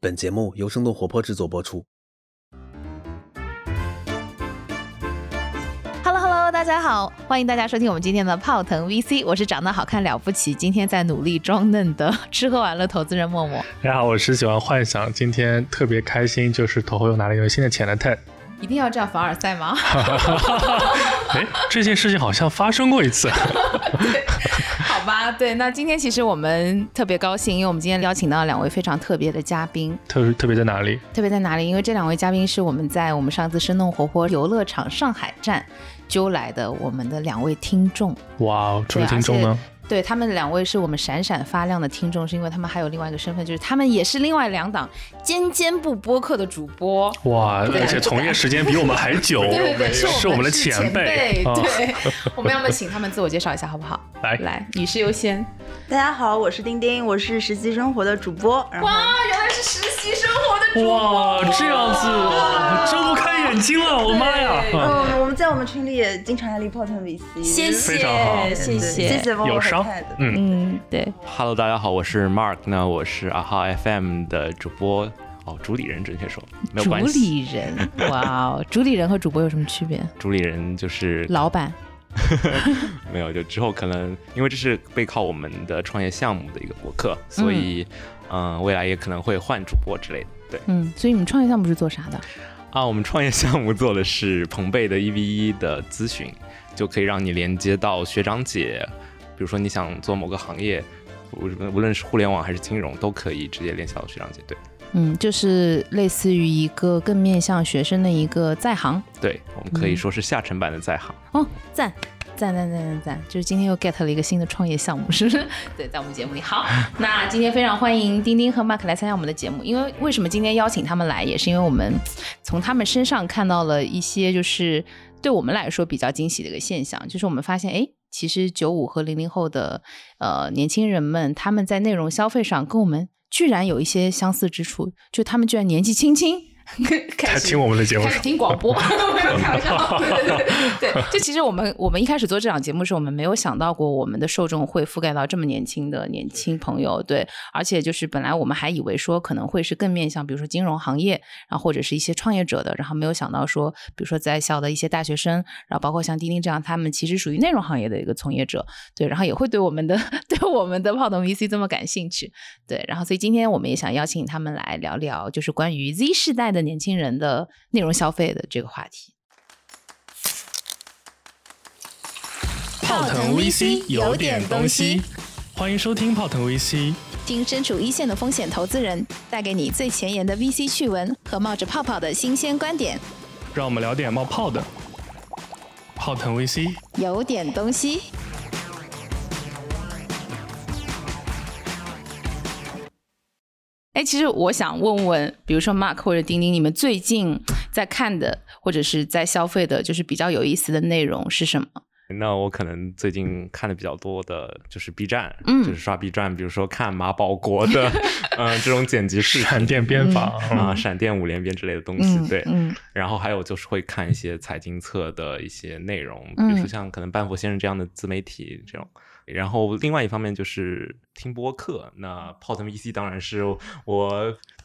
本节目由生动活泼制作播出。 Hello Hello，大家好，欢迎大家收听我们今天的泡腾 VC，我是长得好看了不起，今天在努力装嫩的吃喝玩乐投资人默默。大家好，我是喜欢幻想，今天特别开心，就是头后又拿了一个新的钱的 TED。 一定要这样凡尔赛 吗？哎，这件事情好像发生过一 次。好吧，对，那今天其实我们特别高兴，因为我们今天邀请到了两位非常特别的嘉宾。特特别在哪里？特别在哪里？因为这两位嘉宾是我们在我们上次生动活泼游乐场上海站揪来的我们的两位听众。哇哦，这位听众呢？对他们两位是我们闪闪发亮的听众，是因为他们还有另外一个身份，就是他们也是另外两档尖尖部播客的主播。哇，对而且从业时间比我们还 久，对对对，是我们的是前辈。啊对，我们要不请他们自我介绍一下，好不好？来来，女士优先。大家好，我是丁丁，我是实习生活的主播。然后，原来是实习生活的哇，这样子睁不开眼睛了，我妈呀！啊嗯，我们在我们群里也经常安利泡腾 VC，谢谢，非常好谢谢谢谢，谢帮我有和伤 Ted 嗯，嗯，对， Hello，大家好，我是 Mark，那我是啊哈 FM 的主播哦，主理人准确说没有主关系，理人，哇哦，主理人和主播有什么区别？主理人就是老板，没有，就之后可能因为这是背靠我们的创业项目的一个博客，所以嗯、呃未来也可能会换主播之类的。对嗯，所以你们创业项目是做啥的？啊，我们创业项目做的是彭贝的一 E v 一的咨询，就可以让你连接到学长姐，比如说你想做某个行业，无无论是互联网还是金融，都可以直接联系到学长姐。对。嗯，就是类似于一个更面向学生的一个在行对，我们可以嗯说是下沉版的在行。哦，赞。赞赞赞赞赞！就是今天又 get 了一个新的创业项目，是不是？ 对，在我们节目里。好，那今天非常欢迎丁丁和 Mark 来参加我们的节目。因为为什么今天邀请他们来，也是因为我们从他们身上看到了一些就是对我们来说比较惊喜的一个现象，就是我们发现，哎，其实九五和零零后的呃年轻人们，他们在内容消费上跟我们居然有一些相似之处，就他们居然年纪轻轻 开还始听我们的节目开，始听广 播，没有开玩笑，对对对对，就其实我们我们一开始做这档节目的时候，我们没有想到过我们的受众会覆盖到这么年轻的年轻朋友，对，而且就是本来我们还以为说可能会是更面向比如说金融行业，然后或者是一些创业者的，然后没有想到说，比如说在校的一些大学生，然后包括像丁丁这样，他们其实属于内容行业的一个从业者，对，然后也会对我们的 对我们的泡腾 VC 这么感兴趣，对，然后所以今天我们也想邀请他们来聊聊，就是关于 Z 世代的年轻人的内容消费的这个话题。泡腾 VC 有点东西，欢迎收听泡腾 VC。听身处一线的风险投资人带给你最前沿的 VC 趣闻和冒着泡泡的新鲜观点，让我们聊点冒泡的。泡腾 VC，有点东西。哎，其实我想问问，比如说 Mark 或者丁丁，你们最近在看的或者是在消费的，就是比较有意思的内容是什么？那我可能最近看的比较多的就是 B 站，嗯就是刷 B 站，比如说看马保国 的，嗯、这种剪辑视频闪电编法，啊、闪电五连鞭之类的东西，嗯，对。嗯然后还有就是会看一些财经册的一些内容，比如说嗯像可能半佛先生这样的自媒体这种。然后另外一方面就是听播客，那泡腾 VC 当然是我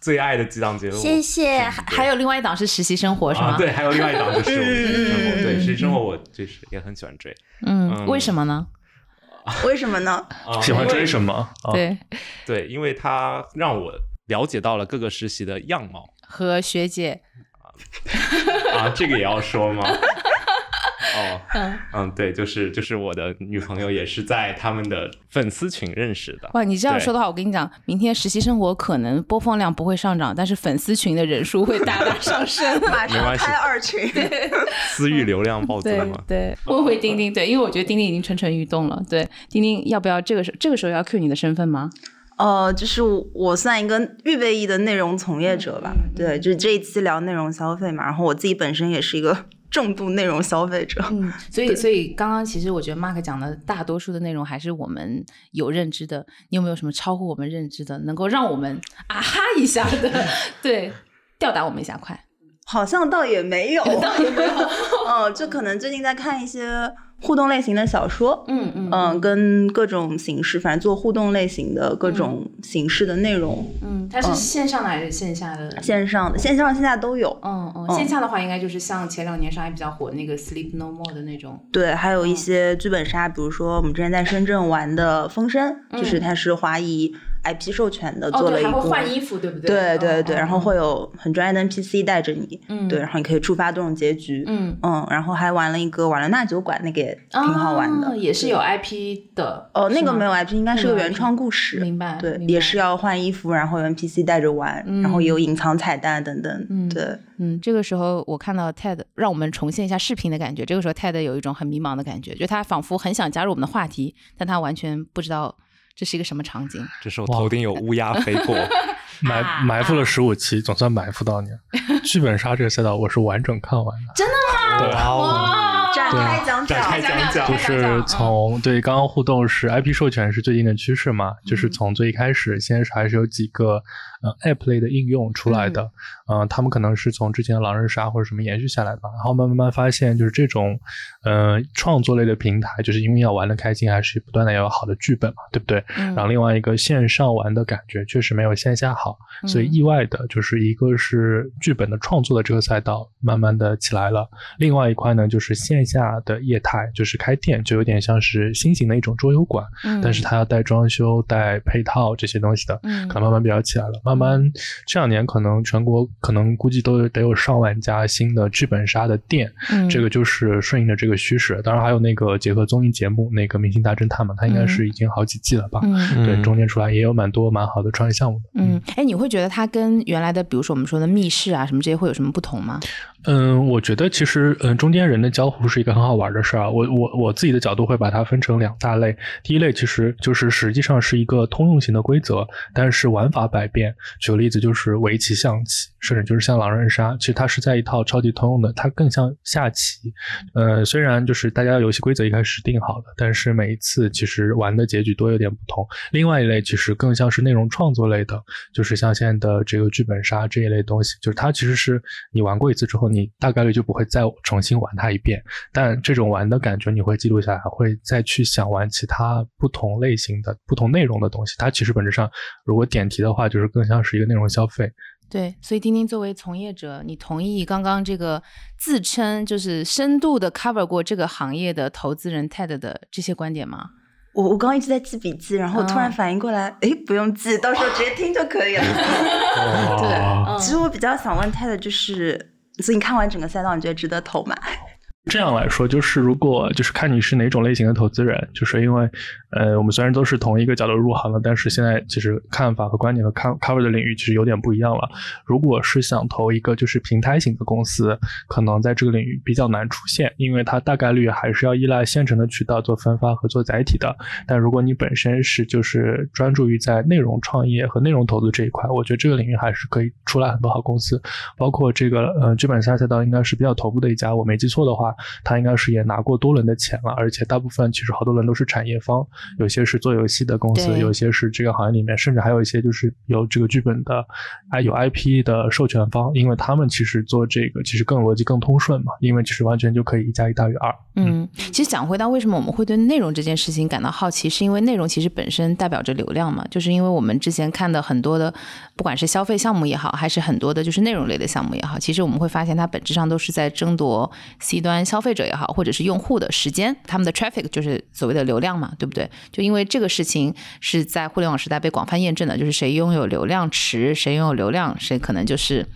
最爱的几档节目，谢谢嗯对还有另外一档是实习生活是吗？啊，对，还有另外一档 就是我实习生活，嗯对实习生活我就是也很喜欢追，嗯，嗯为什么呢？为什么呢？啊喜欢因为追什么？啊哦对，对，因为它让我了解到了各个实习的样貌和学姐， 啊，这个也要说吗？ 哦，嗯，对，就是就是我的女朋友也是在他们的粉丝群认识的，哇，你这样对说的话，我跟你讲，明天实习生活可能播放量不会上涨，但是粉丝群的人数会大 大上升。马没上关系开二群，私域流量暴增对嘛。对，问回丁丁，对，因为我觉得丁丁已经蠢蠢欲动了。对，丁丁要不要这个时候这个时候要 cue 你的身份吗？呃，就是我算一个预备役的内容从业者吧。嗯对，就这一期聊内容消费嘛，然后我自己本身也是一个重度内容消费者。嗯，所以所以刚刚其实我觉得 Mark 讲的大多数的内容还是我们有认知的，你有没有什么超乎我们认知的，能够让我 们啊哈一下 的？对，吊打我们一下，快！ 呃好像倒也没有，倒也没有。嗯，就可能最近在看一些互动类型的小说，嗯嗯嗯，跟各种形式，反正做互动类型的各种形式的内容，嗯，它是线上的还是线下的？线上的、线上线下都有。嗯嗯，嗯线下的话应该就是像前两年上海比较火那个 Sleep No More 的那种，对，还嗯有一些剧本杀，比如说我们之前在深圳玩的《风声》，就是它是华谊 IP 授权的，嗯做哦了对，一还个。会换衣服，对嗯不对对对对对，然后会有很专业的 NPC 带着你，嗯对，然后你可以触发多种结局，嗯，嗯，然后还玩了一个瓦伦纳酒馆，那个也挺好玩的啊，也是有 IP 的，哦，那是个吗没有 IP，应该是那个没有原 IP 创故事，明白，对，明白也是要换衣服，然后有 NPC 带着玩，然后也有隐藏彩蛋等等。嗯对，嗯，这个时候我看到 TED，让我们重现一下视频的感觉。这个时候 TED 有一种很迷茫的感觉，就他仿佛很想加入我们的话题，但他完全不知道这是一个什么场景。这时候头顶有 乌鸦飞过，啊埋埋伏了十五期，总算埋伏 到你了。剧本杀这个赛道我是完整看完的，哇哦！哇展啊开讲展讲开，讲讲就开讲是讲从对刚刚互动是嗯 IP 授权是最近的趋势嘛，就是从最一开始先是还是有几个呃 App 类的应用出来的，嗯、他们可能是从之前的狼人杀或者什么延续下来吧，然后慢慢慢发现就是这种呃创作类的平台，就是因为要玩的开心，还是不断的要有好的剧本嘛，对不对？嗯然后另外一个线上玩的感觉确实没有线下好，所以嗯意外的就是一个是剧本的创作的这个赛道慢慢的起来了，另外一块呢就是线下的业态，就是开店就有点像是新型的一种桌游馆，嗯但是它要带装修、带配套这些东西的，嗯可能慢慢比较起来了。慢慢这两年可能全国可能估计都得有上万家新的剧本杀的店，嗯这个就是顺应着这个趋势。当然还有那个结合综艺节目那个《明星大侦探》嘛，它应该是已经好几季了吧？嗯对，嗯中间出来也有蛮多蛮好的创业项目的。嗯，哎，你会觉得它跟原来的，比如说我们说的密室啊什么这些会有什么不同吗？嗯，我觉得其实，嗯，中间人的交互是一个很好玩的事儿啊。我我我自己的角度会把它分成两大类。第一类其实就是实际上是一个通用型的规则，但是玩法百变。举个例子，就是围棋、象棋，甚至就是像狼人杀，其实它是在一套超级通用的，它更像下棋。呃，虽然就是大家的游戏规则一开始定好了，但是每一次其实玩的结局都有点不同。另外一类其实更像是内容创作类的，就是像现在的这个剧本杀这一类东西，就是它其实是你玩过一次之后，你大概率就不会再重新玩它一遍。但这种玩的感觉你会记录下来，会再去想玩其他不同类型的、不同内容的东西。它其实本质上，如果点题的话，就是更像是一个内容消费。对，所以丁丁作为从业者，你同意刚刚这个自称就是深度的 cover 过这个行业的投资人 TED 的这些观点吗？我我刚刚一直在记笔记，然后我突然啊反应过来，哎，不用记，到时候直接听就可以了。嗯哇，其实我比较想问他的就是，所以你看完整个赛道，你觉得值得投吗？这样来说，就是如果就是看你是哪种类型的投资人，就是因为，呃，我们虽然都是同一个角度入行的，但是现在其实看法和观点和 co- cover 的领域其实有点不一样了。如果是想投一个就是平台型的公司，可能在这个领域比较难出现，因为它大概率还是要依赖现成的渠道做分发和做载体的。但如果你本身是就是专注于在内容创业和内容投资这一块，我觉得这个领域还是可以出来很多好公司。包括这个呃剧本杀赛道应该是比较头部的一家，我没记错的话，它应该是也拿过多轮的钱了，而且大部分其实好多轮都是产业方，有些是做游戏的公司，对有些是这个行业里面，甚至还有一些就是有这个剧本的，啊有 IP 的授权方，因为他们其实做这个其实更逻辑更通顺嘛，因为其实完全就可以一加一大于二。嗯，其实讲回到为什么我们会对内容这件事情感到好奇，是因为内容其实本身代表着流量嘛，就是因为我们之前看的很多的，不管是消费项目也好，还是很多的就是内容类的项目也好，其实我们会发现它本质上都是在争夺 C 端消费者也好，或者是用户的时间，他们的 traffic 就是所谓的流量嘛，对不对？就因为这个事情是在互联网时代被广泛验证的，就是谁拥有流量池，谁拥有流量，谁可能就是。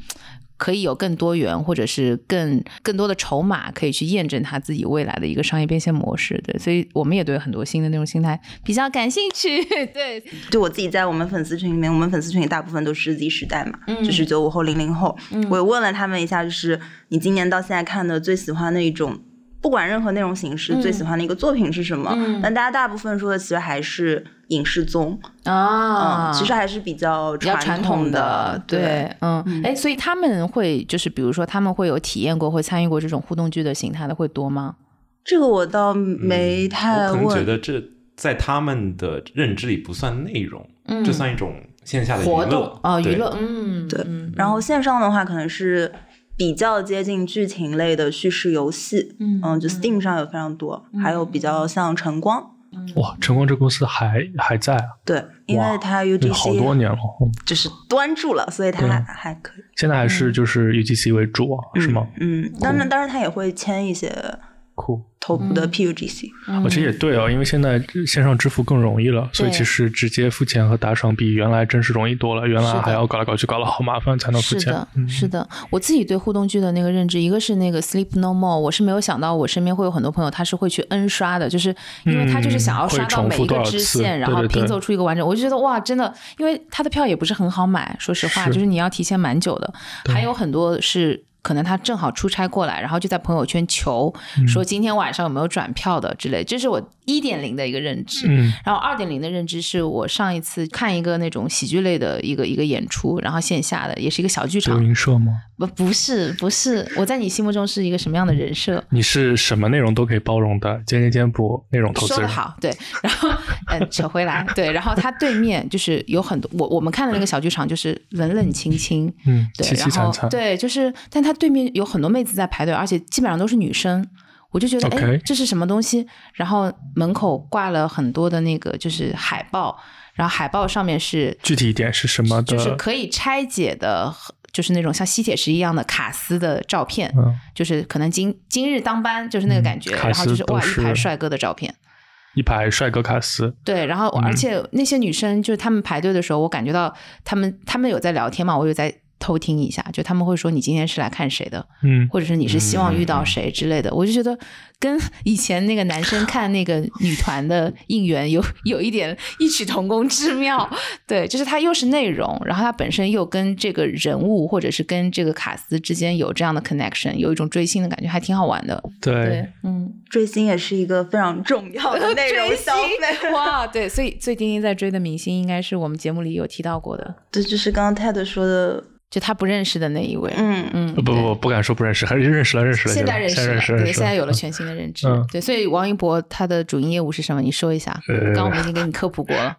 可以有更多元，或者是更更多的筹码，可以去验证他自己未来的一个商业变现模式。对，所以我们也对很多新的内容形态比较感兴趣。 对，对我自己在我们粉丝群里面，我们粉丝群里大部分都是 Z 时代嘛，嗯就是九五后、零零后。我也问了他们一下，就是你今年到现在看的最喜欢的一种，不管任何内容形式，最嗯喜欢的一个作品是什么？但大家大部分说的其实还是影视综，啊嗯，其实还是比较比较传统的，对，嗯，哎，所以他们会就是，比如说他们会有体验过或参与过这种互动剧的形态的会多吗？这个我倒没太嗯我可能觉问。得这在他们的认知里不算内容，这算一种线下的娱嗯活动乐哦，娱对乐，嗯，对嗯然后线上的话，可能是比较接近剧情类的叙事游戏，嗯嗯，就 Steam 上有非常多，还有比较像晨光，哇，晨光这公司还还在啊，对，因为它对好多 UGC 年了，嗯就是端住了，所以它对还还可以，现在还嗯是就是 UGC 为主啊，是吗？嗯，当然，当然它也会签一些酷，头部的嗯 PUGC，我觉得也对啊，因为现在线上支付更容易了，所以对其实直接付钱和打赏比原来真是容易多了。原是来的还要搞来搞去，搞了好麻烦才能付是钱的。，嗯是的，我自己对互动剧的那个认知，一个是那个 Sleep No More，我是没有想到我身边会有很多朋友他是会去 N 刷的，就是因为他就是想要刷嗯会到重每复一个多少支次线，然对后对拼对凑出一个完整。我就觉得哇，真的，因为他的票也不是很好买，说实话，是就是你要提前蛮久的，对还有很多是。可能他正好出差过来，然后就在朋友圈求嗯说今天晚上有没有转票的之类，这是我一点零的一个认知。嗯，然后二点零的认知是我上一次看一个那种喜剧类的一个一个演出，然后线下的也是一个小剧德场，云社吗？不不是不是，我在你心目中是一个什么样的人设？你是什么内容都可以包容的，尖尖尖补内容投说的资人。好，对，然后嗯，扯回来，对，然后他对面就是有很多我我们看的那个小剧场就是冷冷清清，嗯，对，凄凄然惨后惨。对，就是，但他对面有很多妹子在排队，而且基本上都是女生，我就觉得，哎 OK 这是什么东西？然后门口挂了很多的那个就是海报，然后海报上面是具体一点是什么就的？是可以拆解的，就是那种像吸铁石一样的卡斯的照片，嗯，就是可能今今日当班就是那个感觉，嗯卡然后就斯是都哇是一排帅哥的照片。一排帅哥卡斯，对，然后嗯而且那些女生就是她们排队的时候，我感觉到她们她们有在聊天嘛，我有在偷听一下，就她们会说你今天是来看谁的，嗯，或者是你是希望遇到谁之类的，我就觉得跟以前那个男生看那个女团的应援有 有一点异曲同工之妙。对，就是它又是内容，然后它本身又跟这个人物或者是跟这个卡斯之间有这样的 connection，有一种追星的感觉，还挺好玩的。对，，嗯，追星也是一个非常重要的嗯内容 追消费。 星哇，对，所以最近丁在追的明星应该是我们节目里有提到过的，对，就是刚刚 Ted 说的，就他不认识的那一位。嗯嗯，不呃不对不，不敢说不认识，还是认识了认识了。现在认认识现在了，识了，对，认识现在有了全新的认知。嗯对，所以王一博他的主营业务是什么？你说一下。呃刚刚我们已经给你科普过了。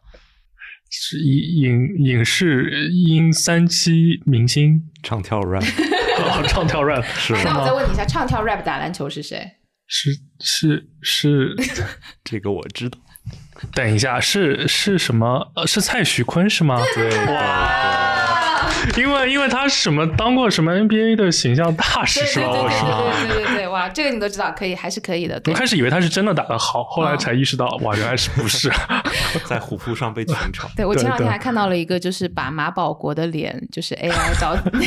是影影影视音三期明星，唱跳 rap 哦唱跳 rap 是那我再吗？问你一下，唱跳 rap 打篮球是谁？是是是，这个我知道，等一下，是是什么？呃，是蔡徐坤是吗？对啊，因为因为他什么当过什么 NBA 的形象大使对是对吧？我知道。对对对对对 对对，哇，这个你都知道，可以还是可以的。我对开始以为他是真的打得好，后啊来才意识到，哇，原来是不是？啊在虎扑上被群嘲。对，我前对两天对还看到了一个，就是把马保国的脸，就是 AI 找那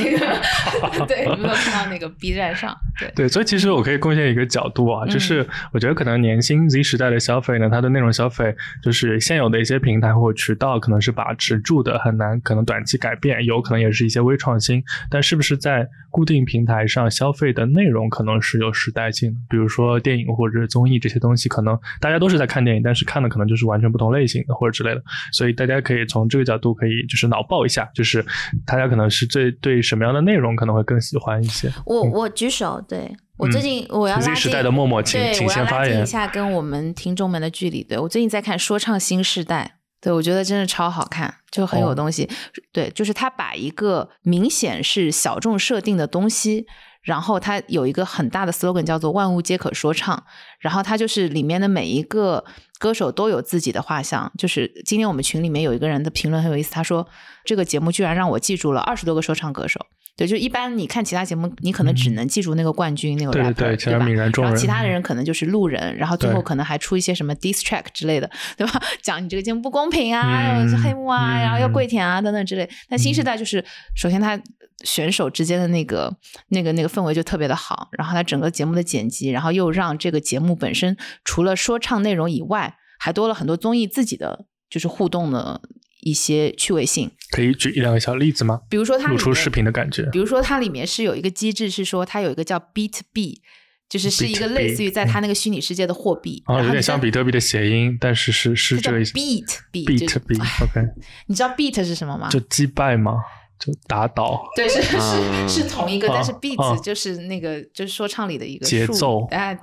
个，对，你没有看到那个 B 站上？对，对，所以其实我可以贡献一个角度啊，就是我觉得可能年轻 Z 时代的消费呢，它的内容消费就是现有的一些平台或渠道可能是把持住的，很难可能短期改变，有可能也是一些微创新，但是不是在固定平台上消费的内容可能是有时代性的，比如说电影或者是综艺这些东西，可能大家都是在看电影，但是看的可能就是完全不同类型的或者之类的，所以大家可以从这个角度可以就是脑爆一下，就是大家可能是最对什么样的内容可能会更喜欢一些。我我举手，对我最近我要拉 Z 近嗯时代的默默，请对，请我要先拉发近一言。下跟我们听众们的距离。对我最近在看《说唱新时代》，对我觉得真的超好看，就很有哦东西。对，就是他把一个明显是小众设定的东西。然后它有一个很大的 slogan 叫做“万物皆可说唱”，然后它就是里面的每一个歌手都有自己的画像。就是今天我们群里面有一个人的评论很有意思，他说这个节目居然让我记住了二十多个说唱歌手。对，就一般你看其他节目，你可能只嗯能记住那个冠军、那个对对 rapper，对，其他吧？泯然众然人，后其他的人可能就是路人，然后最后对可能还出一些什么 diss track 之类的， 对吧？讲你这个节目不公平啊，嗯又是黑幕啊，嗯然后又跪舔啊等等之类。但新时代就是，首先它选手之间的那个那个那个氛围就特别的好，然后它整个节目的剪辑，然后又让这个节目本身除了说唱内容以外，还多了很多综艺自己的就是互动的一些趣味性，可以举一两个小例子吗？比如说它露里出面视频的感觉。比如说，它里面是有一个机制，是说它有一个叫 Beat B，就是是一个 Beat 类似于在 B，它那个虚拟世界的货币，然啊，后有你点知道像比特币的谐音，但是是是它叫这个意思。 Beat B， beat 就哎 beat，OK，你知道 Beat 是什么吗？就击败嘛，就打倒对， 是啊是是同一个，啊但是 beats 啊就是那个就是说唱里的一个节术奏哎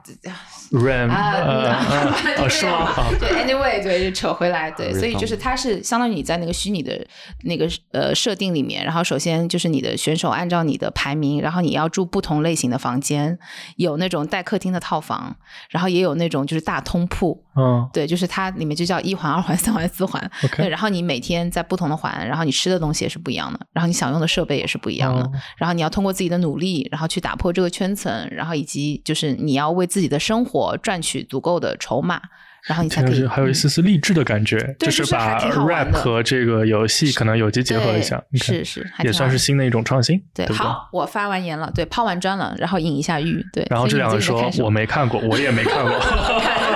RAM 啊呃呃 啊呃是吗？啊 对，anyway，对，就扯回来，对， Rhythm 所以就是它是相当于你在那个虚拟的那个呃设定里面，然后首先就是你的选手按照你的排名，然后你要住不同类型的房间，有那种带客厅的套房，然后也有那种就是大通铺，嗯对，就是它里面就叫一环、二环、三环、四环，对， ，OK，然后你每天在不同的环，然后你吃的东西也是不一样的，然后你想用的设备也是不一样的，嗯然后你要通过自己的努力，然后去打破这个圈层，然后以及就是你要为自己的生活赚取足够的筹码，然后你才听可以嗯上去还有一丝丝励志的感觉，对就是就是还把挺好玩 rap 的和这个游戏可能有机结合一对下，你看是是，还也挺算好是新的一种创新，对。不对？好，我发完言了，对，抛完砖了，然后引一下玉，对。然后这所以两个你自己在说看什么我没看过，我也没看过，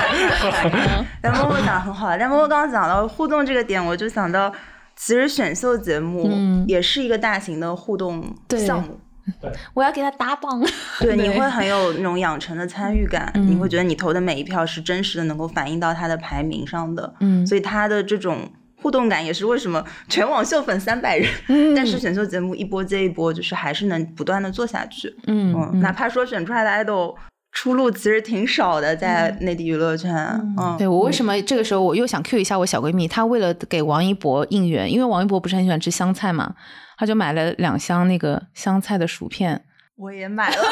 但默默讲得很好，啊但默默刚刚讲到互动这个点，我就想到，其实选秀节目嗯也是一个大型的互动对项目，我要给他打榜。对对，你会 很有那种养成的参与感，嗯你会觉得你投的每一票是真实的，能够反映到他的排名上的，嗯所以他的这种。互动感也是为什么全网秀粉三百人，嗯但是选秀节目一波接一波，就是还是能不断的做下去。嗯嗯，哪怕说选出来的 idol 出路其实挺少的，在内地娱乐圈，嗯，对我为什么这个时候我又想 cue 一下我小闺蜜，她为了给王一博应援，因为王一博不是很喜欢吃香菜嘛，她就买了两箱那个香菜的薯片。我也买了，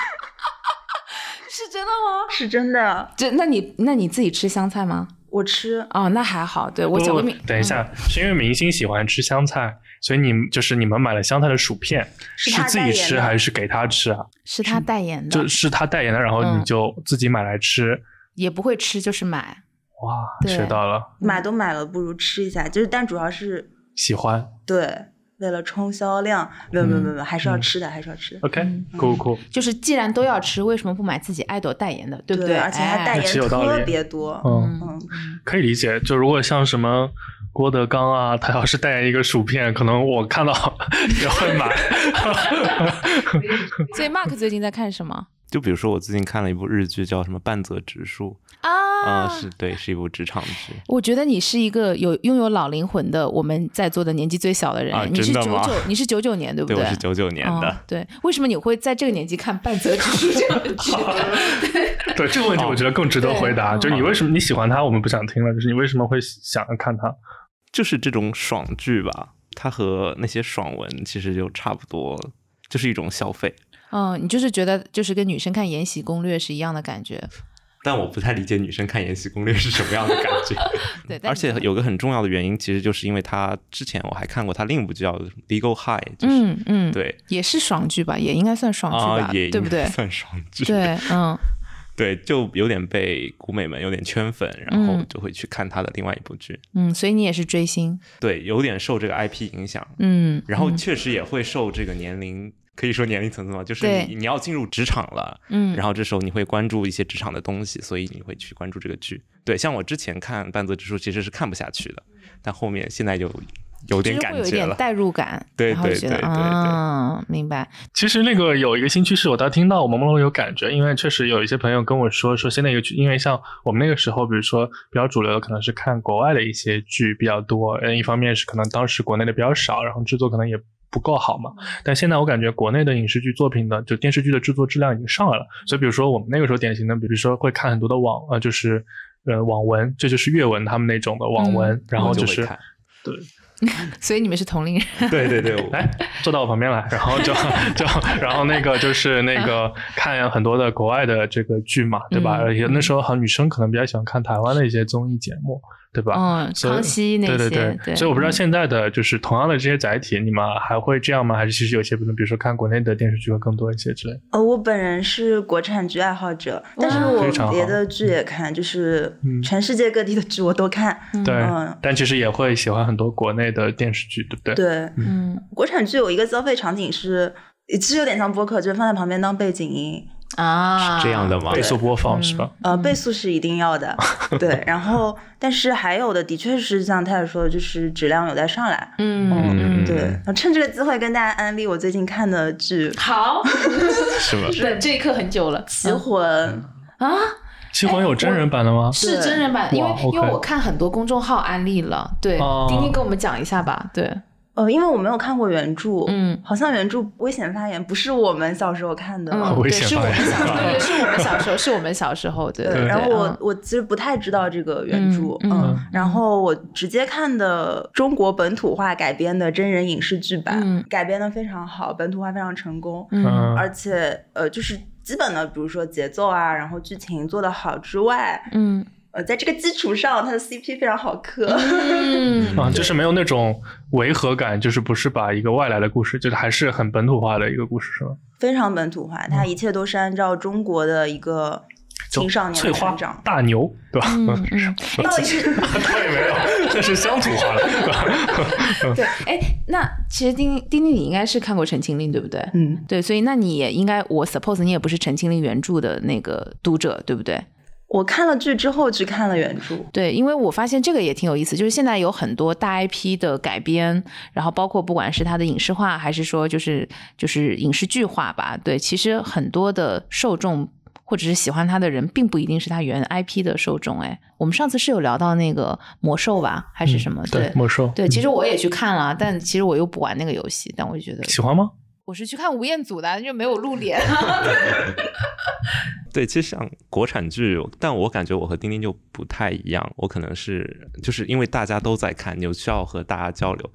是真的吗？是真的，这那你那你自己吃香菜吗？我吃，哦，那还好。对我不小不闺蜜，等一下，是因为明星喜欢吃香菜，所以你们就是你们买了香菜的薯片，是是他自代己言吃的还是给他吃啊？是她代言的就，是他代言的，然后你嗯就自己买来吃。也不会吃，就是买。哇，对学到了，买都买了，不如吃一下，就是但主要是喜欢。对，为了冲销量，没有没有没有，还是要嗯吃的，还是要吃的。 OK，嗯酷酷，就是既然都要吃，为什么不买自己爱豆代言的，对不而且他哎代言那是有道理特别多，嗯，嗯，可以理解。就如果像什么郭德纲啊，他要是代言一个薯片，可能我看到 也会买。 所以 Mark 最近在看什么就比如说我最近看了一部日剧，叫什么《半泽直树》啊、啊？是对，是一部职场剧。我觉得你是一个有拥有老灵魂的，我们在座的年纪最小的人。啊你是真九的吗九，你是九九年 对不对，我对是九九年哦的，对，为什么你会在这个年纪看《半泽直树》这样的剧？ 对这个问题，我觉得更值得回答。对就是你为什么你喜欢他，我们不想听了。就是你为什么会想要看他？就是这种爽剧吧，它和那些爽文其实就差不多，就是一种消费。嗯，你就是觉得就是跟女生看《延禧攻略》是一样的感觉，但我不太理解女生看《延禧攻略》是什么样的感觉。 对。但而且你有个很重要的原因，其实就是因为他之前我还看过他另一部剧叫《Legal High》，就是、嗯嗯，，对也是爽剧吧，也应该算爽剧吧，啊，也对不对？算爽剧，对，嗯对就有点被古美们有点圈粉，然后嗯就会去看他的另外一部剧。嗯，所以你也是追星，对，有点受这个 IP 影响，嗯，然后嗯确实也会受这个年龄，可以说年龄层次嘛，就是对你你要进入职场了，嗯，然后这时候你会关注一些职场的东西，所以你会去关注这个剧。对，像我之前看《半泽直树》其实是看不下去的，但后面现在就有就点是感会有一觉点了。代入感，对然后就对觉得对对对嗯，明白，其实那个有一个新趋势，我倒听到我朦朦胧胧有感觉，因为确实有一些朋友跟我说说现在有，因为像我们那个时候，比如说比较主流的可能是看国外的一些剧比较多，嗯，一方面是可能当时国内的比较少，然后制作可能也不够好嘛。嗯但现在我感觉国内的影视剧作品的就电视剧的制作质量已经上来了，嗯所以比如说我们那个时候典型的，比如说会看很多的网呃就是。呃，网文，这就是阅文他们那种的网文，嗯然后我就就会是看所以你们是同龄人，对对对，我来哎坐到我旁边来，然后就就然后那个就是那个看很多的国外的这个剧嘛，对吧？嗯而且那时候好像女生可能比较喜欢看台湾的一些综艺节目，对吧？嗯，所以康熙那些，对对对，所以我不知道嗯现在的就是同样的这些载体，你们还会这样吗？还是其实有些，比如比如说看国内的电视剧会更多一些之类的？呃，我本人是国产剧爱好者，但是非常好我别的剧也看，就是嗯哎全世界各地的剧我都看。嗯对，嗯但其实也会喜欢很多国内的电视剧，对不对？对，嗯国产剧有一个消费场景是，其实有点像播客，就是放在旁边当背景音。啊，是这样的吗？倍速播放、嗯是吧？呃，倍速是一定要的， 对。然后，但是还有的，的确是像泰尔说的，就是质量有在上来。嗯，嗯嗯嗯对，然后趁这个机会跟大家安利我最近看的剧《好，是吗？嗯等这一刻很久了，棋魂》，啊，西魂有真人版的吗？是真人版，对因为哇因为 OK 我看很多公众号安利了，对哦，丁丁给我们讲一下吧，对，呃，因为我没有看过原著，嗯，好像原著《危险发言》不是我们小时候看的，嗯，危对，险是我发们言小，对，是我们小时候，是我们小时候，对对，对。然后我嗯我其实不太知道这个原著，嗯嗯然后我直接看的中国本土化改编的真人影视剧版，嗯改编的非常好，本土化非常成功，嗯而且呃，就是基本的，比如说节奏啊，然后剧情做得好之外，嗯呃，在这个基础上，它的 CP 非常好磕，嗯啊，就是没有那种违和感，就是不是把一个外来的故事，就是还是很本土化的一个故事，是吗？ 非常本土化，它一切都是按照中国的一个嗯就青少年翠的花成长。大牛，对吧？嗯 嗯， 到底是倒也没有， 这是乡土化了，对吧？对，哎，那其实丁丁丁，你应该是看过《陈情令》，对不对？嗯，对，所以那你也应该，我 suppose 你也不是《陈情令》原著的那个读者，对不对？我看了剧之后去看了原著，对，因为我发现这个也挺有意思，就是现在有很多大 IP 的改编，然后包括不管是它的影视化，还是说就是就是影视剧化吧，对，其实很多的受众或者是喜欢它的人，并不一定是它原 IP 的受众。哎，我们上次是有聊到那个魔兽吧， 还是什 么？嗯对。魔兽，对，其实我也去看了，但其实我又不玩那个游戏，但我就觉得嗯喜欢吗？我是去看吴彦祖的，就没有露 脸。对，其实像国产剧，但我感觉我和丁丁就不太一样，我可能是就是因为大家都在看，你需要和大家交流。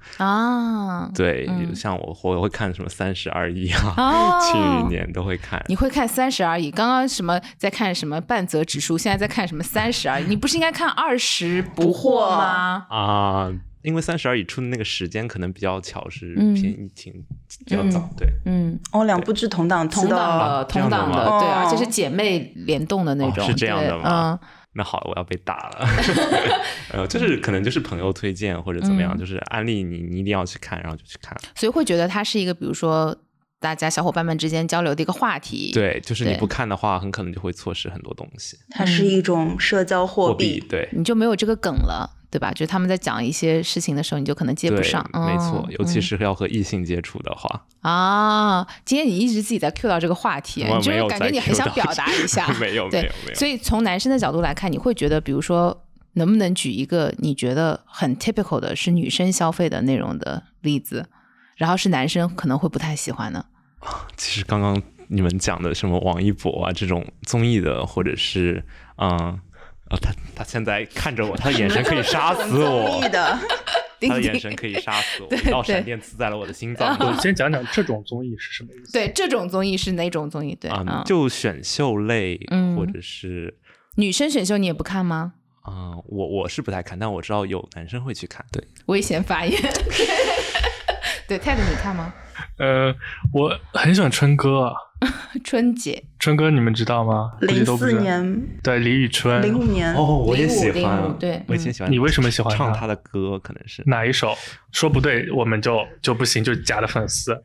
啊对，嗯像我我会看什么《三十而已》啊，哦去年都会看。你会看《三十而已》，刚刚什么在看什么半泽直树，现在在看什么《三十而已》？你不是应该看《二十不惑》吗？啊，因为《三十而已》出的那个时间可能比较巧，是嗯偏疫情比较早，嗯对，嗯，哦，两部剧同档期同档的，的，这同样的档吗的，对，哦而且是姐妹联动的那种，哦是这样的对嗯吗那好，我要被打 了。呃，就是可能就是朋友推荐或者怎么嗯样，就是安利你，你一定要去看，然后就去看。嗯，所以会觉得它是一个，比如说大家小伙伴们之间交流的一个话题，，对，就是你对不看的话，很可能就会错失很多东西。它是一种社交货货币，对。你就没有这个梗了。对吧？就是他们在讲一些事情的时候，你就可能接对，不上。没错嗯，尤其嗯是要和异性接触的话，啊，今天你一直自己在 cue 到这个话题，我你就没是有感在觉你很 cue 想到表这，达一下 没哦有没对有没有所以从男生的角度来看，你会觉得，比如说，能不能举一个你觉得很 typical 的是女生消费的内容的例子，然后是男生可能会不太喜欢的？其实刚刚你们讲的什么王一博啊这种综艺的，或者是嗯啊、他他现在看着我，他的眼神可以杀死我 综艺，的，丁他的眼丁神可以杀死我，对啊一道对闪电刺在了我的心脏我里。先讲讲这种综艺是什么意 思。对这种综艺是哪种综艺？对，啊嗯，就选秀类，嗯或者是女生选秀你也不看吗？啊、我我是不太看，但我知道有男生会去看。对，危险发 言。对，Ted 你看吗？呃，我很喜欢春哥啊，春姐，春哥你们知道吗？估计零都不四知道，年、对李宇春，零五年，哦，我也05喜欢05，对嗯我以前喜欢。啊嗯你为什么喜欢唱他他的歌？可能是哪一首？说不对，我们就就不行，就假的粉丝。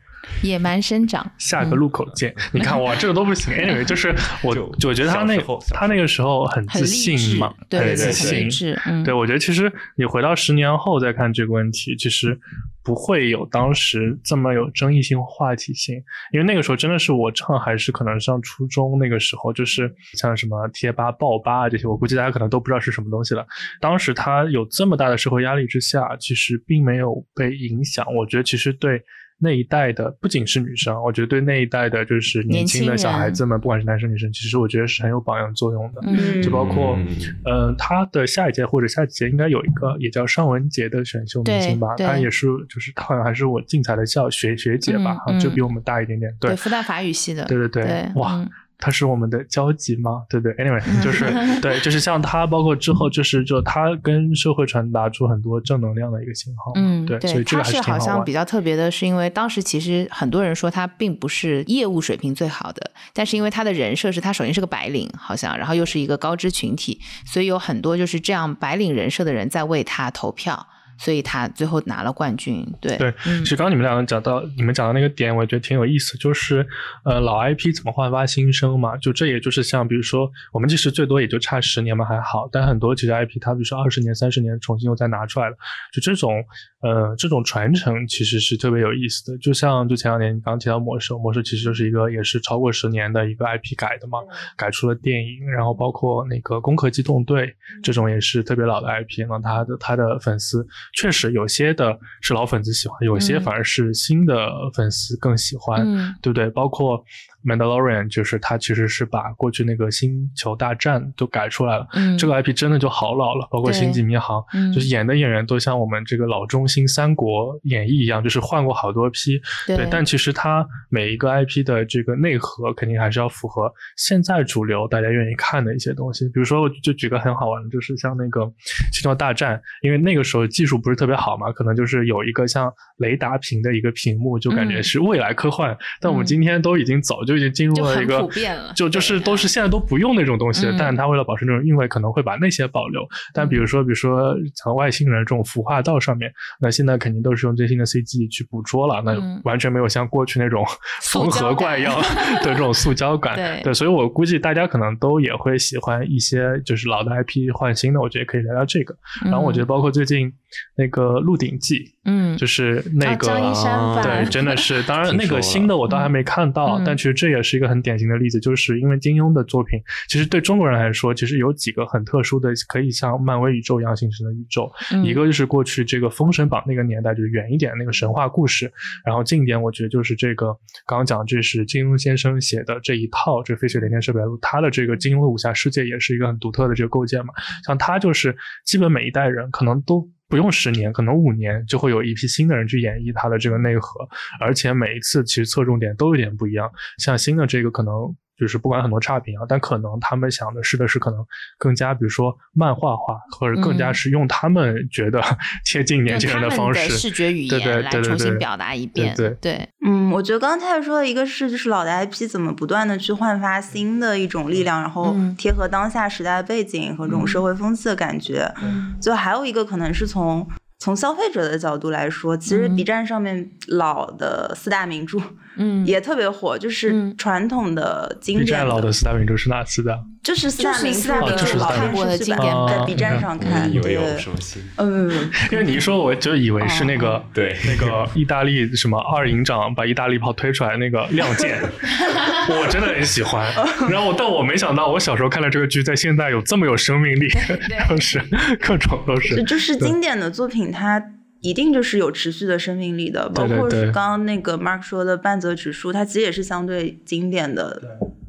野蛮生长。下个路口见。你看我这个都不行。Anyway，就是我就，我觉得他那小时候小时候他那个时候很很自励志信嘛，对很对自对信励。志，嗯，对，我觉得其实你回到十年后再看这个问题，其实不会有当时这么有争议性、话题性，因为那个时候真的是我上还是可能上初中那个时候，就是像什么贴吧、爆吧啊这些，我估计大家可能都不知道是什么东西了。当时他有这么大的社会压力之下，其实并没有被影响。我觉得其实对。那一代的不仅是女生，我觉得对那一代的就是年年轻轻的小孩人子们，不管是男生女生，其实我觉得是很有榜样作用的。嗯，就包括嗯呃，他的下一届或者下几届应该有一个也叫尚雯婕的选秀明星吧，对对她也是就是她好像还是我竞彩的校学学姐吧，啊嗯嗯就比我们大一点点。对对复旦法语系的，对对对，对哇。嗯他是我们的交集吗？对对，anyway，就是 对，就是像他，包括之后，就是就他跟社会传达出很多正能量的一个信号嘛，嗯，对，所以他这个还是挺好像玩比。较特别的，是因为当时其实很多人说他并不是业务水平最好的，但是因为他的人设是他首先是个白领，好像，然后又是一个高知群体，所以有很多就是这样白领人设的人在为他投票，所以他最后拿了冠军。对对嗯其实刚刚你们两个讲到你们讲到那个点，我觉得挺有意思，就是呃老 IP 怎么焕发新生嘛，就这也就是像比如说我们其实最多也就差十年嘛还好，但很多其实 IP 它比如说二十年、三十年重新又再拿出来了，就这种呃这种传承其实是特别有意思的。就像就前两年你刚提到魔兽，魔兽其实就是一个也是超过十年的一个 IP 改的嘛，改出了电影，然嗯后包括那个《攻壳机动队》这种也是特别老的 IP，那它的它的粉丝确实有些的是老粉丝喜欢，有些嗯反而是新的粉丝更喜欢，嗯对不对？包括《Mandalorian》，就是它其实是把过去那个《星球大战》都改出来了。嗯，这个 IP 真的就好老了，包括《对星际迷航》，嗯就是演的演员都像我们这个老中新三国演义一样，就是换过好多批。对，但其实它每一个 IP 的这个内核肯定还是要符合现在主流大家愿意看的一些东西。比如说，我就举个很好玩的，就是像那个《星球大战》，因为那个时候技术不是特别好嘛，可能就是有一个像雷达屏的一个屏幕，就感觉嗯是未来科幻。但我们嗯今天都已经早就已经进入就了很一个普遍了就对就啊是都是现在都不用那种东西了嗯。但他为了保持这种韵味，可能会把那些保留。但比如说，比如说像外星人这种服化道上面，那现在肯定都是用最新的 CG 去捕捉了，那嗯完全没有像过去那 种塑缝胶合感怪样的这种塑胶感。对所以我估计大家可能都也会喜欢一些就是老的 IP 换新的，我觉得可以聊聊这个。然后我觉得包括最近那个《鹿鼎记》，嗯，就是是那哦个、张一山啊版对，真的是。当然，听那说个了新的我倒还没看到，嗯但其实这也是一个很典型的例子，就是因为金庸的作品，其实对中国人来说，其实有几个很特殊的，可以像漫威宇宙一样形成的宇宙。一个就是过去这个《封神榜》那个年代，就是远一点那个神话故事，然后近一点，我觉得就是这个刚刚讲，这是金庸先生写的这一套这《飞雪连天射白鹿》，他的这个金庸的武侠世界也是一个很独特的这个构建嘛。像他就是基本每一代人可能都。不用十年，可能五年就会有一批新的人去演绎他的这个内核，而且每一次其实侧重点都有点不一样。像新的这个可能就是不管很多差评啊，但可能他们想的是的是可能更加比如说漫画化，或者更加嗯是用他们觉得 贴近年轻人的方式，视觉语对对言来对对重新对表达一对遍，对对，嗯，我觉得刚才说的一个是，就是老的 IP 怎么不断的去焕发新的一种力量，然后嗯贴合当下时代背景和这种社会风气的感觉。嗯就还有一个可能是从从消费者的角度来说，其实嗯 B 站上面老的四大名著嗯也特别火，就是嗯传统的经 B 站典老的四大名著是哪四大？就是四大就是名四著大名著的老我看过的是经吧典在版 B 站哦上看，嗯以为对，有什么新，嗯，因为你一说我就以为是那嗯个、对那个意大利什么二营长把意大利炮推出来那个《亮剑》，我真的很喜欢。然后，但我没想到我小时候看的这个剧，在现在有这么有生命力，就是各种都。就是就是对经典的作品，它一定就是有持续的生命力的。包对对括对刚刚那个 Mark 说的半泽直树，它其实也是相对经典的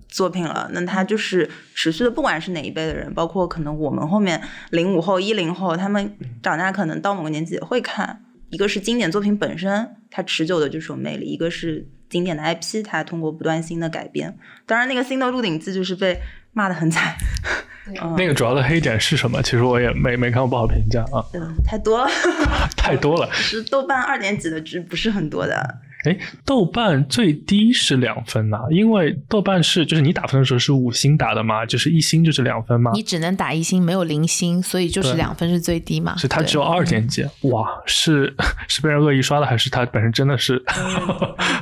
作品了。那它就是持续的，不管是哪一辈的人，包括可能我们后面零五后、一零后，他们嗯长大可能到某个年纪也会看。一个是经典作品本身，它持久的就是有魅力；一个是经典的 IP，它通过不断新的改编。当然，那个新的《鹿鼎记》就是被骂得很惨，那个主要的黑点是什么？其实我也没没看过，不好评价啊，嗯，太多了。太多了。是豆瓣二点几的值不是很多的，哎，豆瓣最低是两分呐、因为豆瓣是就是你打分的时候是五星打的嘛，就是一星就是两分嘛，你只能打一星，没有零星，所以就是对两分是最低嘛。所以它对只有二点几。哇，是 是被人恶意刷的，还是它本身真的是？嗯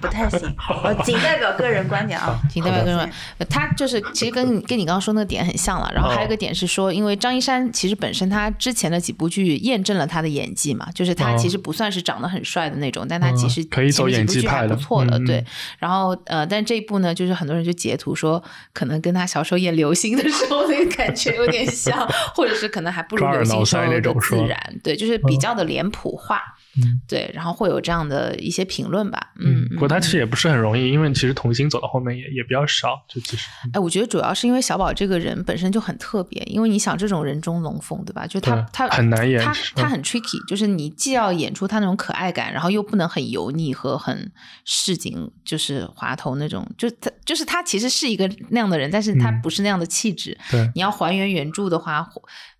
不太 行。我仅代表个人观点啊，请代表跟人，呃他就是其实跟你跟你刚刚说那个点很像了。然后还有哦一个点是说，因为张一山其实本身他之前的几部剧验证了他的演技嘛，就是他哦其实不算是长得很帅的那种，但他其实嗯可以走前面几部演技剧还派不的错的，嗯对。然后呃，但这一部呢，就是很多人就截图说，可能跟他小时候演流星的时候那个感觉有点像， 或者是可能还不如抓耳流星挠时腮候那的种嗯自是吧然，对，就是比较的脸谱化，嗯对。然后会有这样的一些评论吧，嗯嗯，。不过它其实也不是很容易，因为其实童星走到后面也也比较少，就其实哎，我觉得主要是因为小宝这个人本身就很特别，因为你想这种人中龙凤，对吧？就他对他很难演嗯他是他很 tricky，就是你既要演出他那种可爱感，然后又不能很油腻和很市井，就是滑头那种，就他就是他其实是一个那样的人，但是他嗯不是那样的气质。对。你要还原原著的话，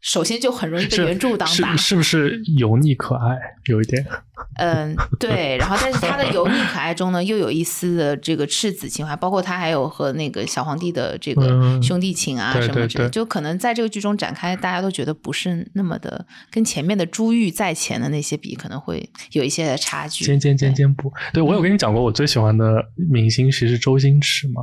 首先就很容易被是原著当是打，是不是油腻可爱有一点？嗯，对，然后但是他的油腻可爱中呢，又有一丝的这个赤子情怀，包括他还有和那个小皇帝的这个嗯兄弟情啊对什么对之类的，对就可能在这个剧中展开，大家都觉得不是那么的跟前面的珠玉在前的那些比，可能会有一些差距。尖尖尖对尖不？对我有跟你讲过，我最喜欢的明星其实是周星驰嘛，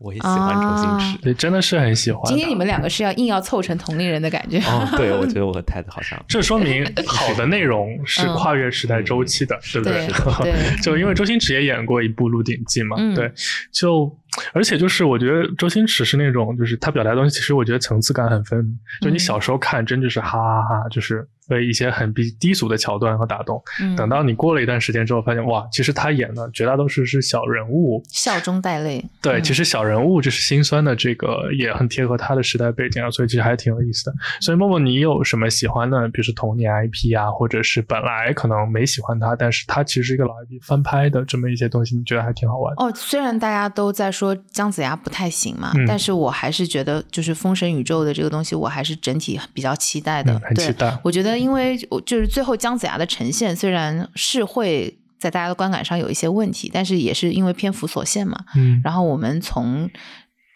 我也喜欢周星驰。对，真的是很喜欢啊的。今天你们两个是要硬要凑成同龄人的感觉，哦，对，我觉得我和太太好像这 说明好的内容是跨越时代周期的，对不对嗯 对就因为周星驰也演过一部《鹿鼎记》嘛，嗯对，就而且就是我觉得周星驰是那种，就是他表达的东西，其实我觉得层次感很分明。就你小时候看，真就是哈哈哈，就是被一些很低低俗的桥段和打动。嗯等到你过了一段时间之后，发现哇，其实他演的绝大多数是小人物，笑中带泪。对，嗯其实小人物就是心酸的，这个也很贴合他的时代背景啊，所以其实还挺有意思的。所以默默，你有什么喜欢的，比如说童年 IP 啊，或者是本来可能没喜欢他，但是他其实是一个老 IP 翻拍的这么一些东西，你觉得还挺好玩的？哦，虽然大家都在说姜子牙不太行嘛，嗯但是我还是觉得就是《封神宇宙》的这个东西，我还是整体比较期待的。嗯，很期哦对，待。我觉得因为我就是最后姜子牙的呈现，虽然是会在大家的观感上有一些问题，但是也是因为篇幅所限嘛。嗯，然后我们从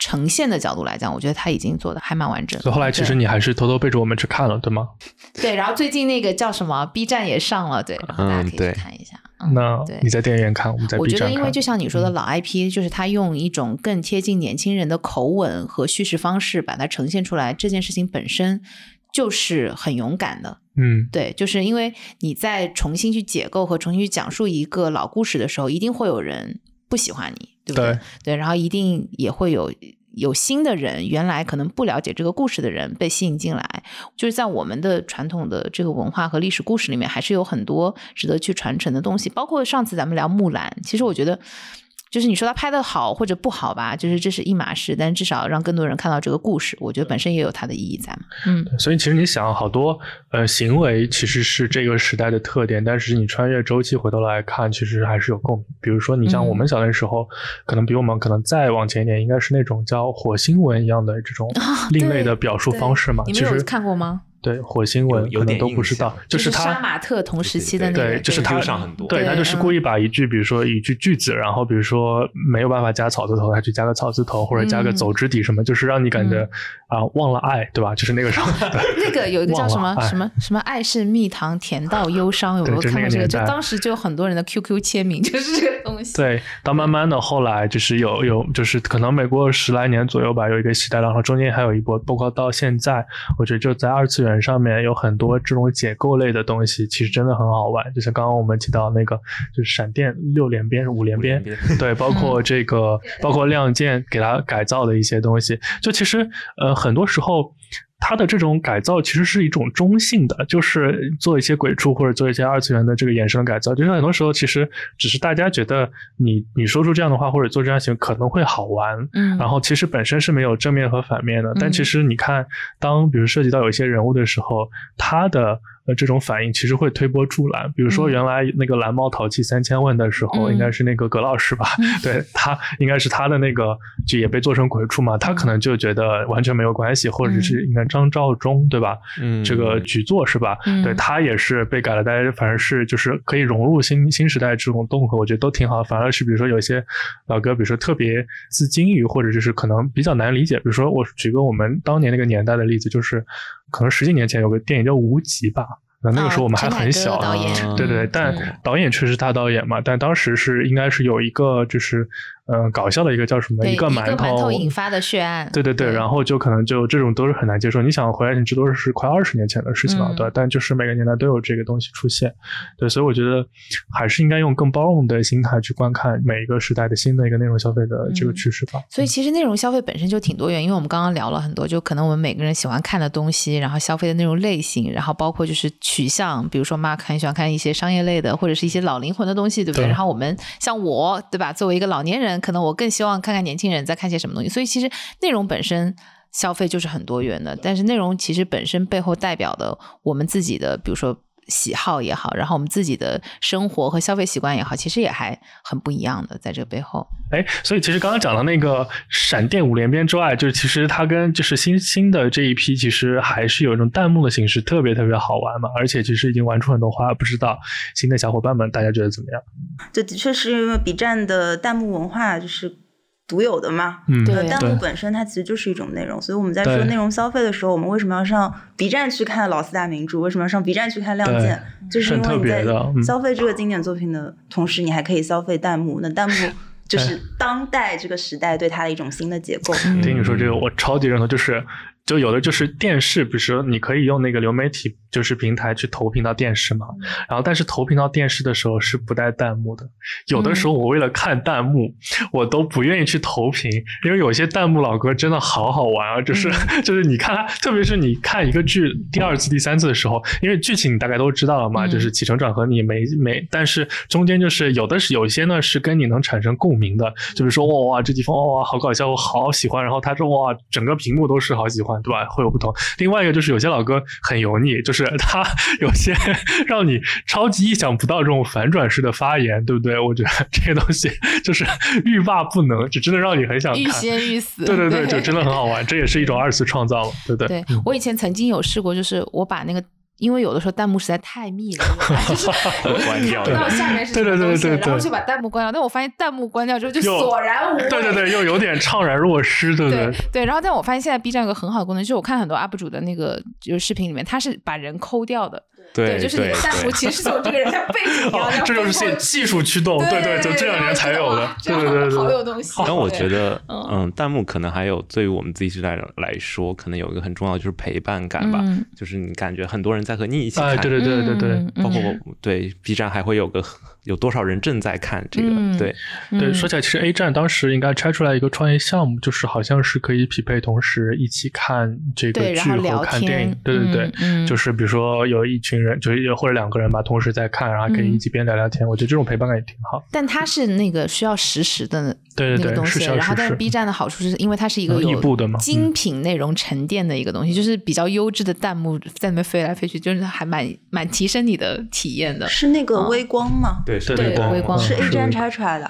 呈现的角度来讲，我觉得他已经做的还蛮完整的。所以后来其实对你还是偷偷背着我们去看了，对吗？对，然后最近那个叫什么 B 站也上了，对，然后大家可以去对看一下。嗯那对你在电影院看，我们在我 B 觉得，站因为看嗯就。像你说的老 IP，就是他用一种更贴近年轻人的口吻和叙事方式把它呈现出来，这件事情本身就是很勇敢的。嗯，对，就是因为你在重新去解构和重新去讲述一个老故事的时候，一定会有人不喜欢你，对不对？对对，然后一定也会有有新的人，原来可能不了解这个故事的人被吸引进来。就是在我们的传统的这个文化和历史故事里面，还是有很多值得去传承的东西。包括上次咱们聊木兰，其实我觉得。就是你说它拍的好或者不好吧，就是这是一码事，但至少让更多人看到这个故事，我觉得本身也有它的意义在嘛。嗯，所以其实你想，好多呃行为其实是这个时代的特点，但是你穿越周期回头来看，其实还是有共鸣。比如说，你像嗯我们小的时候，可能比我们可能再往前一点，应该是那种叫火星文一样的这种啊另类对的表述方式嘛。对其你们实有看过吗？对，火星文有可能点都不印知道象，就是他杀马特同时期的那个，对，就是他 Q 上很多对对他就是嗯故意把一句，比如说一句句子，然后比如说没有办法加草字头，他去加个草字头，或者加个嗯走之底什么，就是让你感觉嗯啊忘了爱，对吧？就是那个 时候，对那个有一个叫什么忘了爱哎什么什么“爱是蜜糖，甜到忧伤”，有没有对就看那过这个个？年就代当时就有很多人的 QQ 签名 就是这个东西。对，到慢慢的后来就是有有就是可能每过十来年左右吧，有一个时代，然后中间还有一波，包括到现在，我觉得就在二次元上面有很多这种解构类的东西，其实真的很好玩。就像刚刚我们提到那个，就是闪电六连鞭、五连鞭，对，包括这个，包括亮剑给它改造的一些东西，就其实呃，很多时候它的这种改造其实是一种中性的，就是做一些鬼畜或者做一些二次元的这个衍生改造。就是很多时候其实只是大家觉得你你说出这样的话或者做这样的行为可能会好玩，嗯，然后其实本身是没有正面和反面的，但其实你看，当比如涉及到有一些人物的时候，他的呃这种反应其实会推波助澜。比如说嗯原来那个蓝猫淘气三千问的时候，嗯应该是那个葛老师吧？ 对他应该是他的那个就也被做成鬼畜嘛，他嗯可能就觉得完全没有关系，或者是应该张召忠对吧？嗯这个举座是吧？嗯对他也是被改了，大家反而是就是可以融入新新时代这种动合，我觉得都挺好。反而是比如说有一些老哥，比如说特别自金于，或者就是可能比较难理解。比如说我举个我们当年那个年代的例子，就是可能十几年前有个电影叫《无极》吧，那那个时候我们还很小，啊陈凯歌导演对对对，嗯但嗯导演确实大导演嘛，但当时是应该是有一个就是呃搞笑的一个叫什么嗯对个一个馒馒头引发的血案对对对，对然后就可能就这种都是很难接受。你想回来，你这都是快二十年前的事情了，嗯对吧，但就是每个年代都有这个东西出现，对，所以我觉得还是应该用更包容的心态去观看每一个时代的新的一个内容消费的这个嗯趋势吧。所以其实内容消费本身就挺多元，因为我们刚刚聊了很多，就可能我们每个人喜欢看的东西，然后消费的内容类型，然后包括就是取向，比如说 Mark 很喜欢看一些商业类的，或者是一些老灵魂的东西，对不对？对然后我们像我，对吧？作为一个老年人，可能我更希望看看年轻人在看些什么东西。所以其实内容本身。消费就是很多元的，但是内容其实本身背后代表的我们自己的，比如说喜好也好，然后我们自己的生活和消费习惯也好，其实也还很不一样的，在这个背后。哎，所以其实刚刚讲到那个闪电五连鞭之外，就是其实它跟就是新新的这一批，其实还是有一种弹幕的形式，特别特别好玩嘛。而且其实已经玩出很多花，不知道新的小伙伴们大家觉得怎么样？ 这的确是因为 B 站的弹幕文化就是独有的嘛。嗯，对呃弹对幕本身它其实就是一种内容，所以我们在说对内容消费的时候，我们为什么要上 B 站去看《老四大名著》？为什么要上 B 站去看《亮对剑》？就是很因为特你别在的嗯消费这个经典作品的同时，你还可以消费弹幕。那 弹幕就是当代这个时代对它的一种新的解构。嗯嗯听你说这个，我超级认同，就是。就有的就是电视，比如说你可以用那个流媒体就是平台去投屏到电视嘛，然后但是投屏到电视的时候是不带弹幕的。有的时候我为了看弹幕，我都不愿意去投屏，因为有些弹幕老哥真的好好玩啊，就是、 就是你看他，特别是你看一个剧第二次、第三次的时候，因为剧情你大概都知道了嘛，嗯就是起承转合你没没，但是中间就是有的是有些呢是跟你能产生共鸣的，就比如说哇哇这地方哇哇好搞笑，我好喜欢，然后他说哇整个屏幕都是好喜欢，对吧？会有不同。另外一个就是有些老哥很油腻，就是他 有些让你超级意想不到这种反转式的发言，对不对？我觉得这些东西就是欲罢不能，只真的让你很想欲看。仙欲死。对对对，就真的很好玩，这也是一种二次创造嘛，对不对？对嗯我以前曾经有试过，就是我把那个。因为有的时候弹幕实在太密了， 就是我根本看不到下面是什么东西，对对对对对然后就把弹幕关掉。但我发现弹幕关掉之后就又索然无味。对对对，又有点怅然若失，对不对对？对，然后但我发现现在 B 站有个很好的功能，就是我看很多 UP 主的那个就是视频里面，他是把人抠掉的，对就是你的弹幕对其实是从这个人在背景一样，哦然后，这就是背后技技术驱动，对对，就这两年才有的，对然后对对好对有。东西。但我对觉得，嗯嗯，弹幕可能还有对于我们自己时代来说，可能有一个很重要的就是陪伴感吧，嗯啊就是你感觉很多人在和你一起 哎，看，对对对对对嗯嗯包括我对 B 站还会有个有多少人正在看这个，嗯对对，嗯说起来，其实 A 站当时应该拆出来一个创业项目，就是好像是可以匹配同时一起看这个对，然后剧和聊看天，电影，对对对。嗯，嗯就是比如说有一群人，就是有或者两个人吧，同时在看，然后还可嗯以一起边聊聊天，我觉得这种陪伴感也挺好。但它是那个需要实时的对那对个对，东是西，是然后但是是 B 是。站的好处是因为它是一个嗯有异步的嘛嗯精品内容沉淀的一个东西，就是比较优质的弹幕在那边飞来飞去，就是还蛮蛮提升你的体验的。是那个微光吗？对对对微光是嗯 A 站微拆出来的。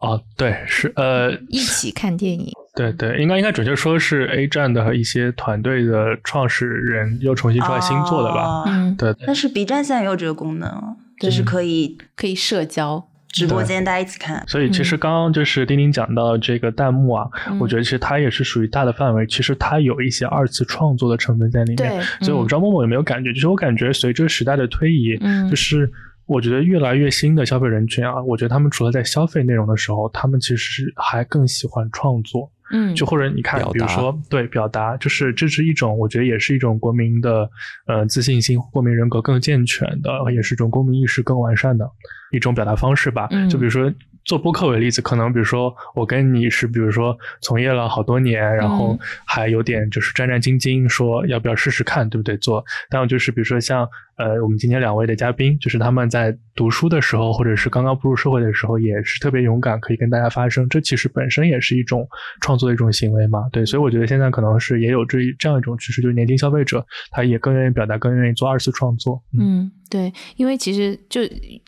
哦，对，是呃，一起看电影，对对，应该应该准确说是 A 站的一些团队的创始人又重新出来新做的吧？哦嗯，对，但是 B 站现在也有这个功能哦，就是可以可以社交，直播间大家一起看。所以其嗯实刚刚就是丁丁讲到这个弹幕啊，我觉得其实它也是属于大的范围，其实它有一些二次创作的成分在里面。对，所以我不知道默默有没有感觉，就是我感觉随着时代的推移，嗯就是我觉得越来越新的消费人群啊，我觉得他们除了在消费内容的时候，他们其实还更喜欢创作，嗯，就或者你看表，达比如说对表达，就是这是一种，我觉得也是一种国民的呃自信心，国民人格更健全的，也是一种公民意识更完善的一种表达方式吧。嗯就比如说。做播客为例子，可能比如说我跟你是，比如说从业了好多年，然后嗯还有点就是战战兢兢，说要不要试试看，对不对？做，但就是比如说像呃，我们今天两位的嘉宾，就是他们在读书的时候，或者是刚刚步入社会的时候，也是特别勇敢，可以跟大家发声。这其实本身也是一种创作的一种行为嘛，嗯对。所以我觉得现在可能是也有这这样一种趋势，就是年轻消费者他也更愿意表达，更愿意做二次创作。嗯，嗯，对，因为其实就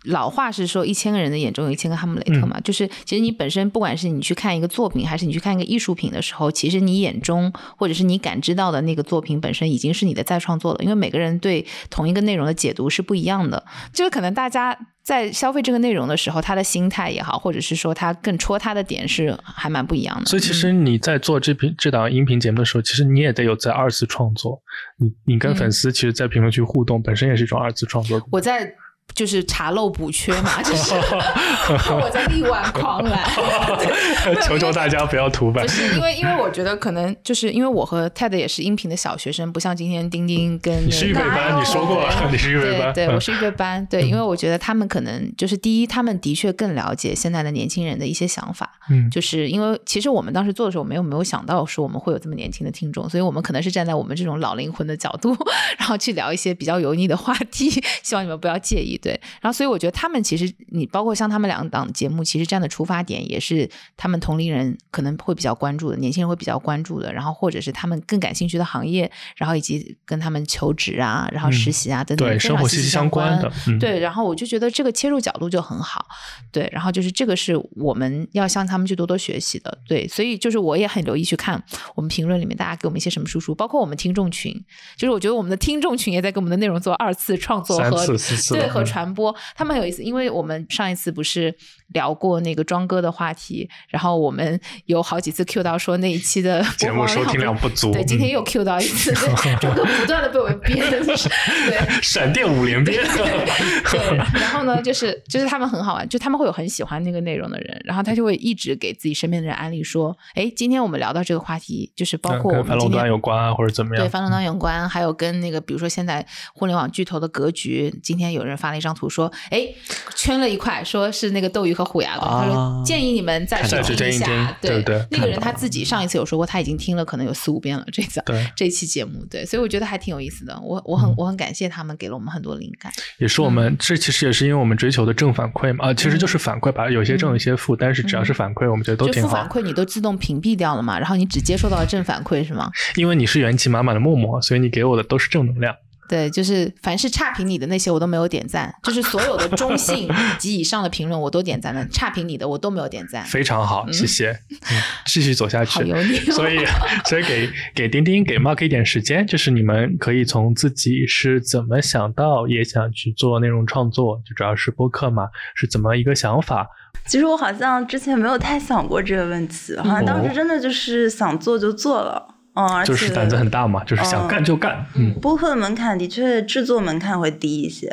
老话是说，一千个人的眼中有一千个哈姆雷特嘛，嗯就是其实你本身不管是你去看一个作品，还是你去看一个艺术品的时候，其实你眼中或者是你感知到的那个作品本身已经是你的再创作了，因为每个人对同一个内容的解读是不一样的，就是可能大家。在消费这个内容的时候，他的心态也好，或者是说他更戳他的点是还蛮不一样的。嗯所以其实你在做这频这档音频节目的时候，其实你也得有在二次创作。你你嗯跟粉丝其实，在评论区互动，本身也是一种二次创作。，我在就是查漏补缺嘛，就是 我在力挽 狂澜 求求大家不要涂版不。是因为，因为我觉得可能就是因为我和 Ted 也是音频的小学生，不像今天丁丁跟你是预那备个班，你说过了，你 是预备班。对对，嗯我是预备班。对，因为我觉得他们可能就是第一，他们的确更了解现在的年轻人的一些想法。嗯就是因为其实我们当时做的时候，没有没有想到说我们会有这么年轻的听众，所以我们可能是站在我们这种老灵魂的角度， 然后去聊一些比较油腻的话题，希望你们不要介意。对，然后所以我觉得他们其实你包括像他们两档节目，其实这样的出发点也是他们同龄人可能会比较关注的，年轻人会比较关注的，然后或者是他们更感兴趣的行业，然后以及跟他们求职啊，然后嗯实习啊等等，对非生常活息息息息相关的。嗯、对，然后我就觉得这个切入角度就很好，对，然后就是这个是我们要向他们去多多学习的，对，所以就是我也很留意去看我们评论里面大家给我们一些什么输出，包括我们听众群，就是我觉得我们的听众群也在给我们的内容做二次创作三和次四次对了和嗯传播，他们很有意思，因为我们上一次不是聊过那个庄哥的话题，然后我们有好几次 Q 到说那一期的播节目放收听量不足嗯对，今天又 Q 到一次，对 庄哥不断的被我们 编， 对，闪电五连鞭， 对，然后呢，就是就是他们很好玩，就他们会有很喜欢那个内容的人，然后他就会一直给自己身边的人安利说，哎，今天我们聊到这个话题，就是包括我们嗯跟反垄今断天有关啊，或者怎么样对，？反垄断有关，还有跟那个比如说现在互联网巨头的格局，今天有人发了一张图说，哎，圈了一块，说是那个斗鱼和虎牙的，他说啊建议你们再看去到听了一下，再去听一听对对那个人看他到自己上一次有说过，他已经听了可能有四五遍了，这次。对，这期节目对，所以我觉得还挺有意思的。我我很、嗯我很感谢他们给了我们很多灵感。也是我们这其实也是因为我们追求的正反馈嘛，啊，其实就是反馈吧，有些正嗯有些负，但是只要是嗯反馈，我们觉得都就挺负反好。馈你都自动屏蔽掉了嘛，然后你只接受到了正反馈是吗？因为你是元气满满的默默，所以你给我的都是正能量。对，就是凡是差评你的那些我都没有点赞，就是所有的中性及以上的评论我都点赞了，差评你的我都没有点赞。非常好，谢谢， 嗯继续走下去好。油腻、哦，所以， 所以给给丁丁给 Mark 一点时间，就是你们可以从自己是怎么想到也想去做内容创作，就主要是播客嘛，是怎么一个想法？其实我好像之前没有太想过这个问题，好像当时真的就是想做就做了，嗯，而且哦就是胆子很大嘛，就是想嗯干就干，嗯。播客的门槛的确制作门槛会低一些，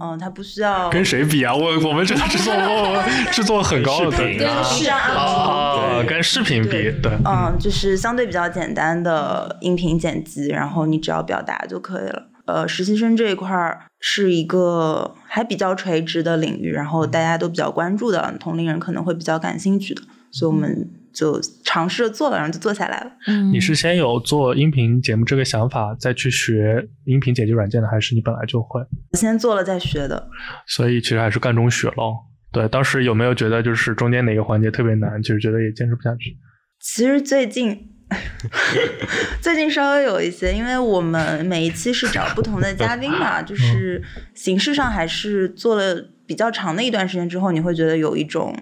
嗯，它不需要跟谁比啊？我我们这个制作，我 我制作很高的，视频对啊是啊，跟视频比，对对，嗯，就是相对比较简单的音频剪辑，然后你只要表达就可以了。呃，实习生这一块儿是一个还比较垂直的领域，然后大家都比较关注的，同龄人可能会比较感兴趣的，所以我们就尝试着做了，然后就做下来了。嗯你是先有做音频节目这个想法，再去学音频剪辑软件的，还是你本来就会？先做了再学的，所以其实还是干中学咯。对，当时有没有觉得就是中间哪个环节特别难，就是觉得也坚持不下去？其实最近 最近稍微有一些，因为我们每一期是找不同的嘉宾嘛，就是形式上还是做了比较长的一段时间之后，你会觉得有一种。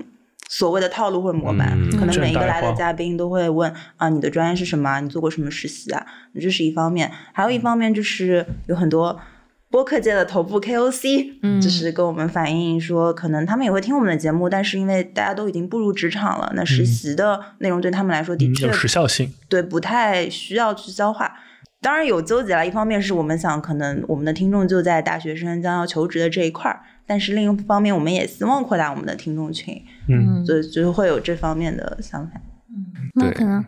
所谓的套路或者模板，嗯可能每一个倦怠来的化嘉宾都会问啊，你的专业是什么啊？你做过什么实习啊？这是一方面，还有一方面就是有很多播客界的头部 KOC，嗯就是跟我们反映说，可能他们也会听我们的节目，但是因为大家都已经步入职场了，那实习的内容对他们来说的嗯确有时效性，对，不太需要去消化。当然有纠结了，一方面是我们想，可能我们的听众就在大学生将要求职的这一块儿，但是另一方面，我们也希望扩大我们的听众群，嗯，嗯所以就是会有这方面的想法。那对可能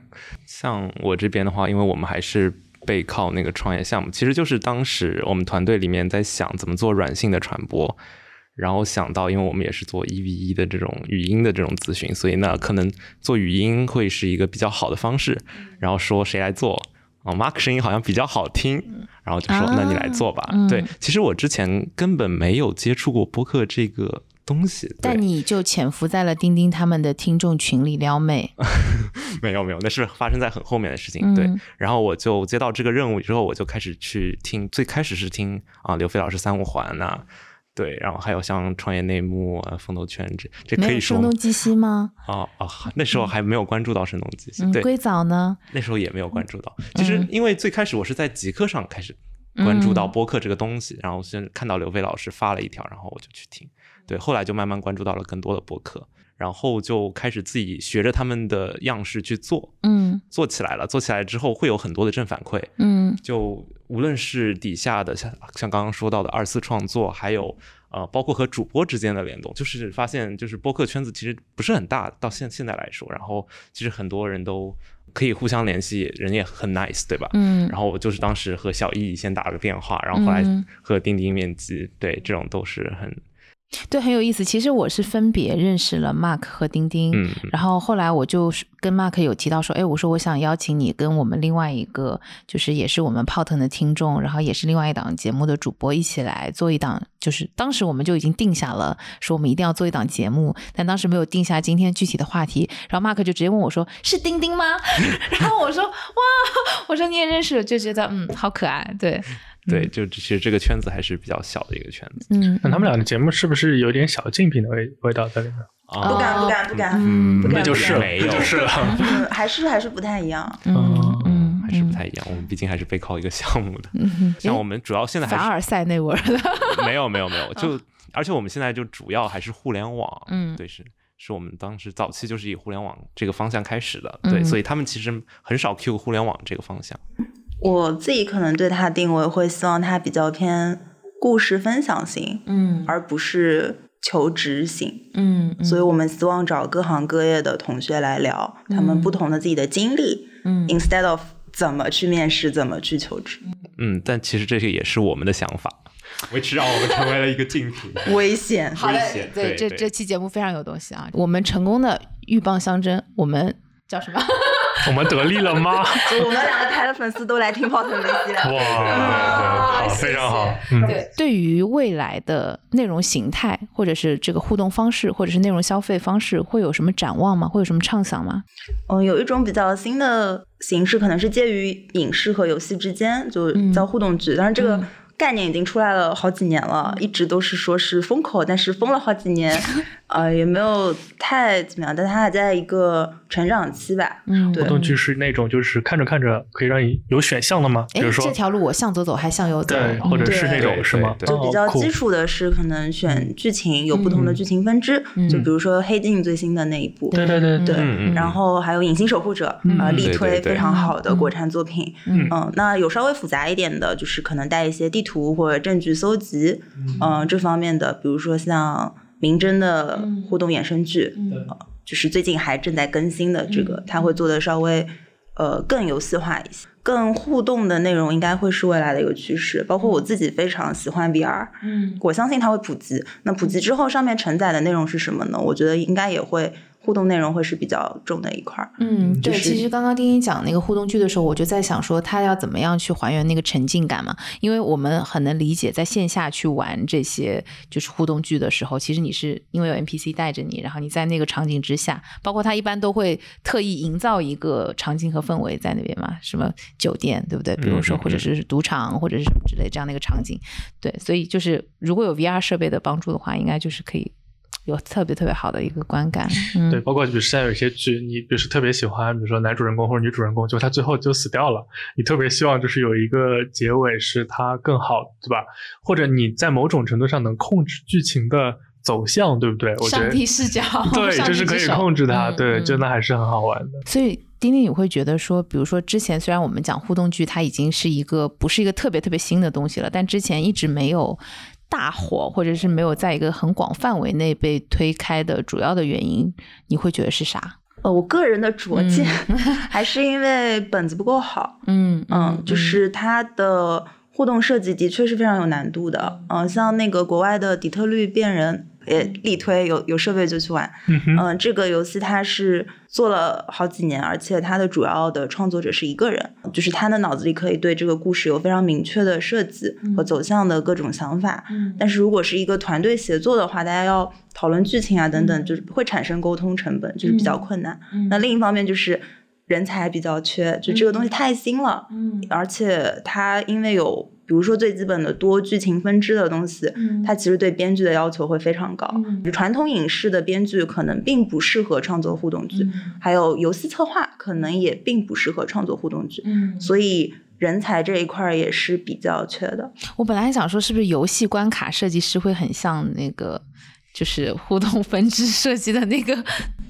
像我这边的话，因为我们还是背靠那个创业项目，其实就是当时我们团队里面在想怎么做软性的传播，然后想到，因为我们也是做一 v 一的这种语音的这种咨询，所以那可能做语音会是一个比较好的方式。嗯然后说谁来做？啊、m a r k 声音好像比较好听，然后就说、啊那你来做吧。嗯对，其实我之前根本没有接触过播客这个东西，对但你就潜伏在了钉钉他们的听众群里撩妹，没有没有，那是发生在很后面的事情。嗯对，然后我就接到这个任务之后，我就开始去听，最开始是听啊、刘飞老师三五环呐、对，然后还有像创业内幕啊、风投圈这这没可有以声说吗东击西吗？啊啊、那时候还没有关注到声东击西，嗯，对，硅藻呢？那时候也没有关注到。其实嗯因为最开始我是在极客上开始关注到嗯播客这个东西，然后先看到刘飞老师发了一条，然后我就去听。对，后来就慢慢关注到了更多的播客，然后就开始自己学着他们的样式去做。嗯做起来了，做起来之后会有很多的正反馈，嗯就无论是底下的像像刚刚说到的二次创作，还有呃，包括和主播之间的联动，就是发现就是播客圈子其实不是很大，到现现在来说，然后其实很多人都可以互相联系，人也很 nice，对吧？嗯然后我就是当时和小易先打了个电话，然后后来嗯和钉钉面基，对，这种都是很对，很有意思。其实我是分别认识了 Mark 和丁丁，嗯然后后来我就是跟 Mark 有提到说，哎，我说我想邀请你跟我们另外一个，就是也是我们 p o t 的听众，然后也是另外一档节目的主播一起来做一档，就是当时我们就已经定下了，说我们一定要做一档节目，但当时没有定下今天具体的话题。然后 Mark 就直接问我说：“是丁丁吗？” 然后我说：“哇，我说你也认识，就觉得嗯，好可爱。”对，对，就其实这个圈子还是比较小的一个圈子嗯，那他们俩的节目是不是有点小竞品的味味道在里面？啊嗯哦不敢，不敢，不敢，嗯，不敢那就是了，没有那就是了。嗯哦 还是还是不太一样。嗯嗯还是不太一样。我们毕竟还是背靠一个项目的，嗯，像我们主要现在凡还尔赛那味儿的。是没有没有没有，就而且我们现在就主要还是互联网，嗯对是。是我们当时早期就是以互联网这个方向开始的，对，嗯所以他们其实很少 Q 互联网这个方向。我自己可能对它的定位会希望它比较偏故事分享型， 嗯而不是求职型。嗯，所以我们希望找各行各业的同学来聊他们不同的自己的经历、嗯 i n s t e a d of 怎么去面试，怎么去求职。嗯，但其实这个也是我们的想法，维持让我们成为了一个竞品。危险，好的危险，对这对这期节目非常有东西啊！我们成功的鹬蚌相争，我们叫什么？ 我们得利了 吗？我们两个台的粉丝都来听 p o t 分析了。嗯哇，好，啊谢谢非常好，嗯，对，对于未来的内容形态，或者是这个互动方式，或者是内容消费方式，会有什么展望吗？会有什么畅想吗？嗯，有一种比较新的形式，可能是介于影视和游戏之间，就嗯叫互动剧。但是这个嗯概念已经出来了好几年了，一直都是说是风口，但是封了好几 年，呃，也没有太怎么样，但它还在一个成长期吧。嗯，对互动剧是那种就是看着看着可以让你有选项的吗？比哎，如说这条路我向左走还向右走，对，或者嗯是那对种是吗？对就比较哦酷基础的是，可能选剧情有不同的嗯剧情分支，就嗯比如说《黑镜》最新的那一部，对对对嗯对，嗯嗯然后还有《隐形守护者》嗯呃，嗯力对对推对非常好的嗯国产作品。嗯嗯，那有稍微复杂一点的，就是可能带一些地图或者证据搜集，嗯、这方面的，比如说像明侦的嗯互动衍生剧，嗯就是最近还正在更新的这嗯个，它会做的稍微呃更游戏化一些。更互动的内容应该会是未来的一个趋势，包括我自己非常喜欢 VR，嗯我相信它会普及。那普及之后，上面承载的内容是什么呢？我觉得应该也会互动内容会是比较重的一块儿。嗯，对，就是其实刚刚丁丁讲那个互动剧的时候，我就在想说，他要怎么样去还原那个沉浸感嘛？因为我们很能理解，在线下去玩这些就是互动剧的时候，其实你是因为有 NPC 带着你，然后你在那个场景之下，包括他一般都会特意营造一个场景和氛围在那边嘛，什么酒店，对不对？比如说，嗯嗯或者是赌场，或者是什么之类这样的一个场景，对，所以就是如果有 VR 设备的帮助的话，应该就是可以有特别特别好的一个观感，嗯，对，包括比如现在有一些剧，你比如说特别喜欢，比如说男主人公或者女主人公，就他最后就死掉了，你特别希望就是有一个结尾是他更好，对吧？或者你在某种程度上能控制剧情的走向，对不对？我觉上得帝视 角，对，上帝这是可之以手控制它，嗯对，嗯就那还是很好玩的。所以丁丁，你会觉得说，比如说之前虽然我们讲互动剧，它已经是一个不是一个特别特别新的东西了，但之前一直没有大火，或者是没有在一个很广范围内被推开的主要的原因，你会觉得是啥？呃，我个人的拙见、 嗯还是因为本子不够好，嗯嗯，就是它的互动设计的确是非常有难度的，嗯、像那个国外的底特律变人也力推，有有设备就去玩，嗯哼，嗯，这个游戏它是做了好几年，而且它的主要的创作者是一个人，就是他的脑子里可以对这个故事有非常明确的设计和走向的各种想法。嗯但是如果是一个团队协作的话，大家要讨论剧情啊等等，就是会产生沟通成本，就是比较困难。嗯那另一方面就是人才比较缺，就这个东西太新了，嗯而且它因为有比如说最基本的多剧情分支的东西，嗯它其实对编剧的要求会非常高。嗯传统影视的编剧可能并不适合创作互动嗯剧，还有游戏策划可能也并不适合创作互动剧，嗯所以人才这一块儿也是比较缺的。我本来想说，是不是游戏关卡设计师会很像那个，就是互动分支设计的那个，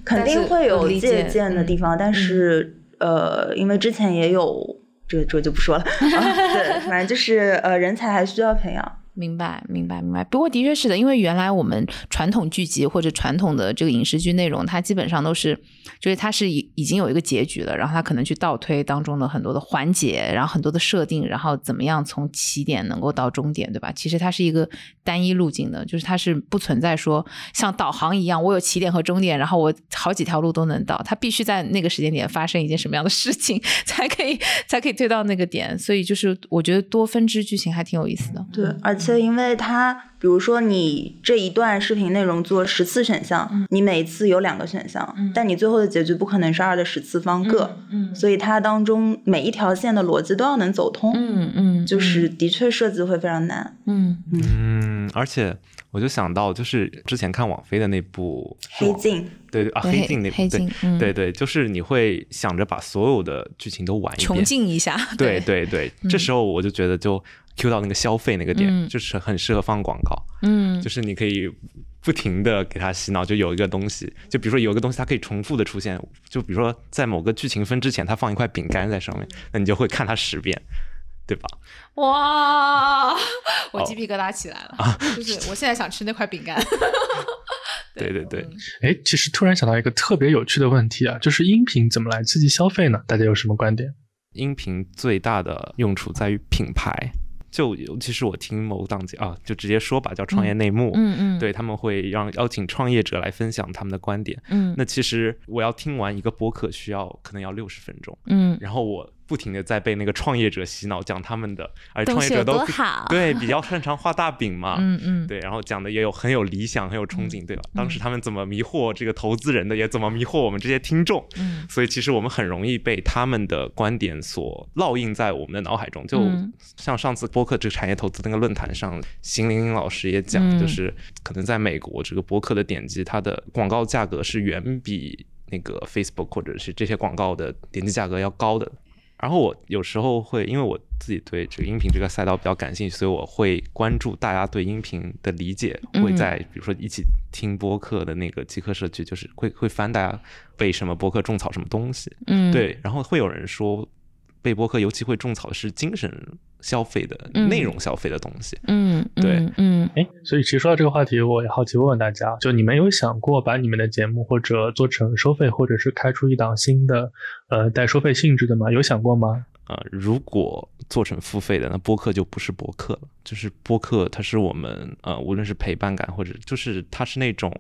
肯但定是会我有理借解嗯鉴的地方，但是呃，因为之前也有。这这就不 说了，啊、对，反正就是呃，人才还需要培养。明白，明白，明白。不过的确是的，因为原来我们传统剧集或者传统的这个影视剧内容，它基本上都是，就是它是已已经有一个结局了，然后它可能去倒推当中的很多的环节，然后很多的设定，然后怎么样从起点能够到终点，对吧？其实它是一个单一路径的，就是它是不存在说像导航一样，我有起点和终点，然后我好几条路都能到，它必须在那个时间点发生一件什么样的事情， 才可以才可以推到那个点。所以就是我觉得多分支剧情还挺有意思的。对，嗯而且因为它，比如说你这一段视频内容做十次选项，嗯你每次有两个选项，嗯但你最后的结局不可能是二的十次方个，嗯，所以它当中每一条线的逻辑都要能走通，嗯嗯，就是的确设计会非常难。嗯嗯，而且我就想到，就是之前看网飞的那部《黑镜，对对啊，对黑镜那部黑镜嗯对对对，就是你会想着把所有的剧情都玩一穷遍，尽一下， 对，对对，这时候我就觉得就 Q 到那个消费那个点，嗯嗯就是很适合放广告，嗯就是你可以不停的给他洗脑，就有一个东西，就比如说有一个东西它可以重复的出现，就比如说在某个剧情分之前，他放一块饼干在上面，嗯那你就会看它十遍，对吧？哇，我哦鸡皮疙瘩起来了，啊就是我现在想吃那块饼 干。对对对，嗯哎，其实突然想到一个特别有趣的问题啊，就是音频怎么来刺激消费呢？大家有什么观点？音频最大的用处在于品牌，就尤其是我听某档节啊，就直接说吧，叫《创业内幕》，嗯嗯，对他们会让邀请创业者来分享他们的观点。嗯那其实我要听完一个播客需要可能要六十分钟，嗯然后我不停的在被那个创业者洗脑，讲他们的，而东创西业者有都多好对比较擅长画大饼啊嘛，嗯嗯， 对，然后讲的也有很有理想，很有憧憬，对吧？当时他们怎么迷惑这个投资人的，也怎么迷惑我们这些听众，嗯所以其实我们很容易被他们的观点所烙印在我们的脑海中。就嗯像上次播客这个产业投资那个论坛上，邢玲玲老师也嗯讲，就是可能在美国这个播客的点击，它的广告价格是远比那个 Facebook 或者是这些广告的点击价格要高的。然后我有时候会，因为我自己对这个音频这个赛道比较感兴趣，所以我会关注大家对音频的理解，嗯会在比如说一起听播客的那个极客社区，就是会会翻大家为什么播客种草什么东西，嗯，对，然后会有人说被播客尤其会种草的是精神消费的嗯内容消费的东西，嗯，嗯对，嗯哎，所以其实说到这个话题，我也好奇问问大家，就你们有想过把你们的节目或者做成收费，或者是开出一档新的呃带收费性质的吗？有想过吗？呃，如果做成付费的，那播客就不是播客了，就是播客，它是我们呃，无论是陪伴感，或者就是它是那种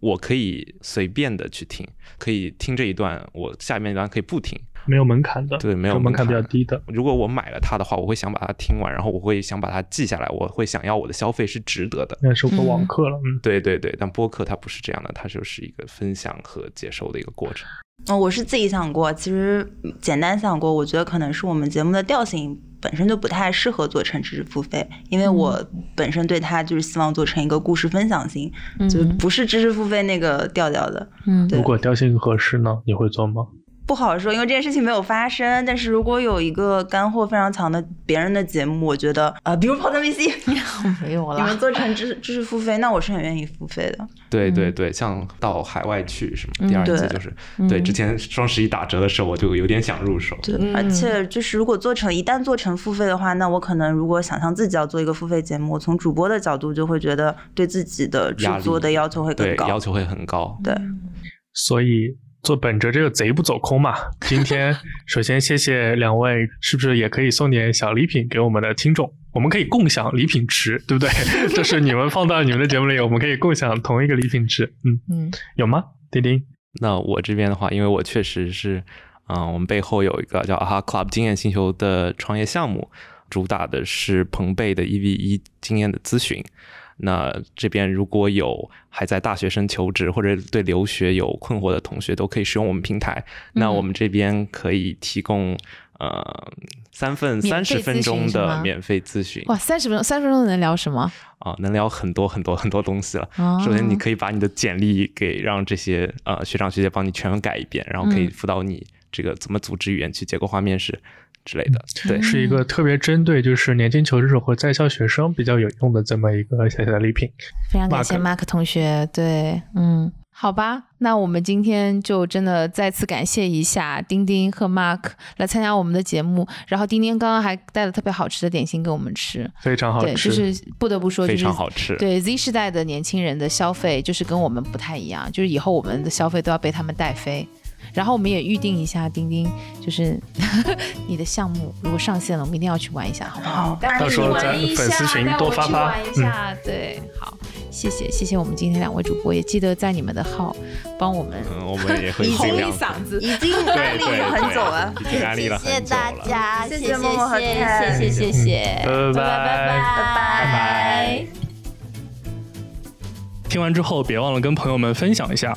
我可以随便的去听，可以听这一段，我下面一段可以不听。没有门槛的，对没有就门门槛比较低的。如果我买了它的话，我会想把它听完，然后我会想把它记下来，我会想要我的消费是值得的。那是个嗯网课了，嗯，对对对，但播客它不是这样的，它就是一个分享和接收的一个过程。哦，我是自己想过，其实简单想过，我觉得可能是我们节目的调性本身就不太适合做成知识付费，因为我本身对它就是希望做成一个故事分享型，嗯就是不是知识付费那个调调的。嗯对如果调性合适呢，你会做吗？不好说，因为这件事情没有发生。但是如果有一个干货非常强的别人的节目，我觉得呃，比如跑 o 明 c 没有你们啦，做成知识知识付费，那我是很愿意付费的。对对嗯对，像到海外去什嗯么，第二季对就是、嗯对之前双十一打折的时候，我就有点想入手。对，嗯而且就是如果做成一旦做成付费的话，那我可能如果想象自己要做一个付费节目，从主播的角度就会觉得对自己的制压力作的要求会更对，要高。求会很高。对，所以做本着这个贼不走空嘛，今天首先谢谢两位，是不是也可以送点小礼品给我们的听众？我们可以共享礼品池，对 不对？就是你们放到你们的节目里，我们可以共享同一个礼品池。嗯，嗯有吗？丁丁，那我这边的话，因为我确实是，嗯、我们背后有一个叫 AHA Club 经验星球的创业项目，主打的是彭贝的 EV 一经验的咨询。那这边如果有还在大学生求职或者对留学有困惑的同学，都可以使用我们平台。那嗯我们这边可以提供呃三份免三费十分咨询钟是的吗免费咨询哇，三十分钟，三十分钟能聊什么？啊，能聊很多很多很多东西了。哦首先，你可以把你的简历给让这些呃学长学姐帮你全改一遍，然后可以辅导你这个怎么组织语言去结构化面试之类的。对，嗯是一个特别针对就是年轻求职者或在校学生比较有用的这么一个小小的礼品。非常感谢 Mark Mark 同学，对，嗯，好吧，那我们今天就真的再次感谢一下丁丁和 Mark 来参加我们的节目。然后丁丁刚刚还带了特别好吃的点心给我们吃，非常好对，吃，就是不得不说，就非是常好吃。对 Z 世代的年轻人的消费，就是跟我们不太一样，就是以后我们的消费都要被他们带飞。然后我们也预定一下钉钉，就是 你的项目如果上线了，我们一定要去玩一下，好不好？好，到时候在粉丝群多发发嗯带我去玩一下，对，好，谢谢谢谢我们今天两位主播，也记得在你们的号帮我们嗯，我们也会已经尽一量。嗓子。 已经安对利对了很久了。对已经安利了很久了。家，谢谢默默和菜谢谢谢谢，嗯拜拜拜拜拜。听完之后别忘了跟朋友们分享一下。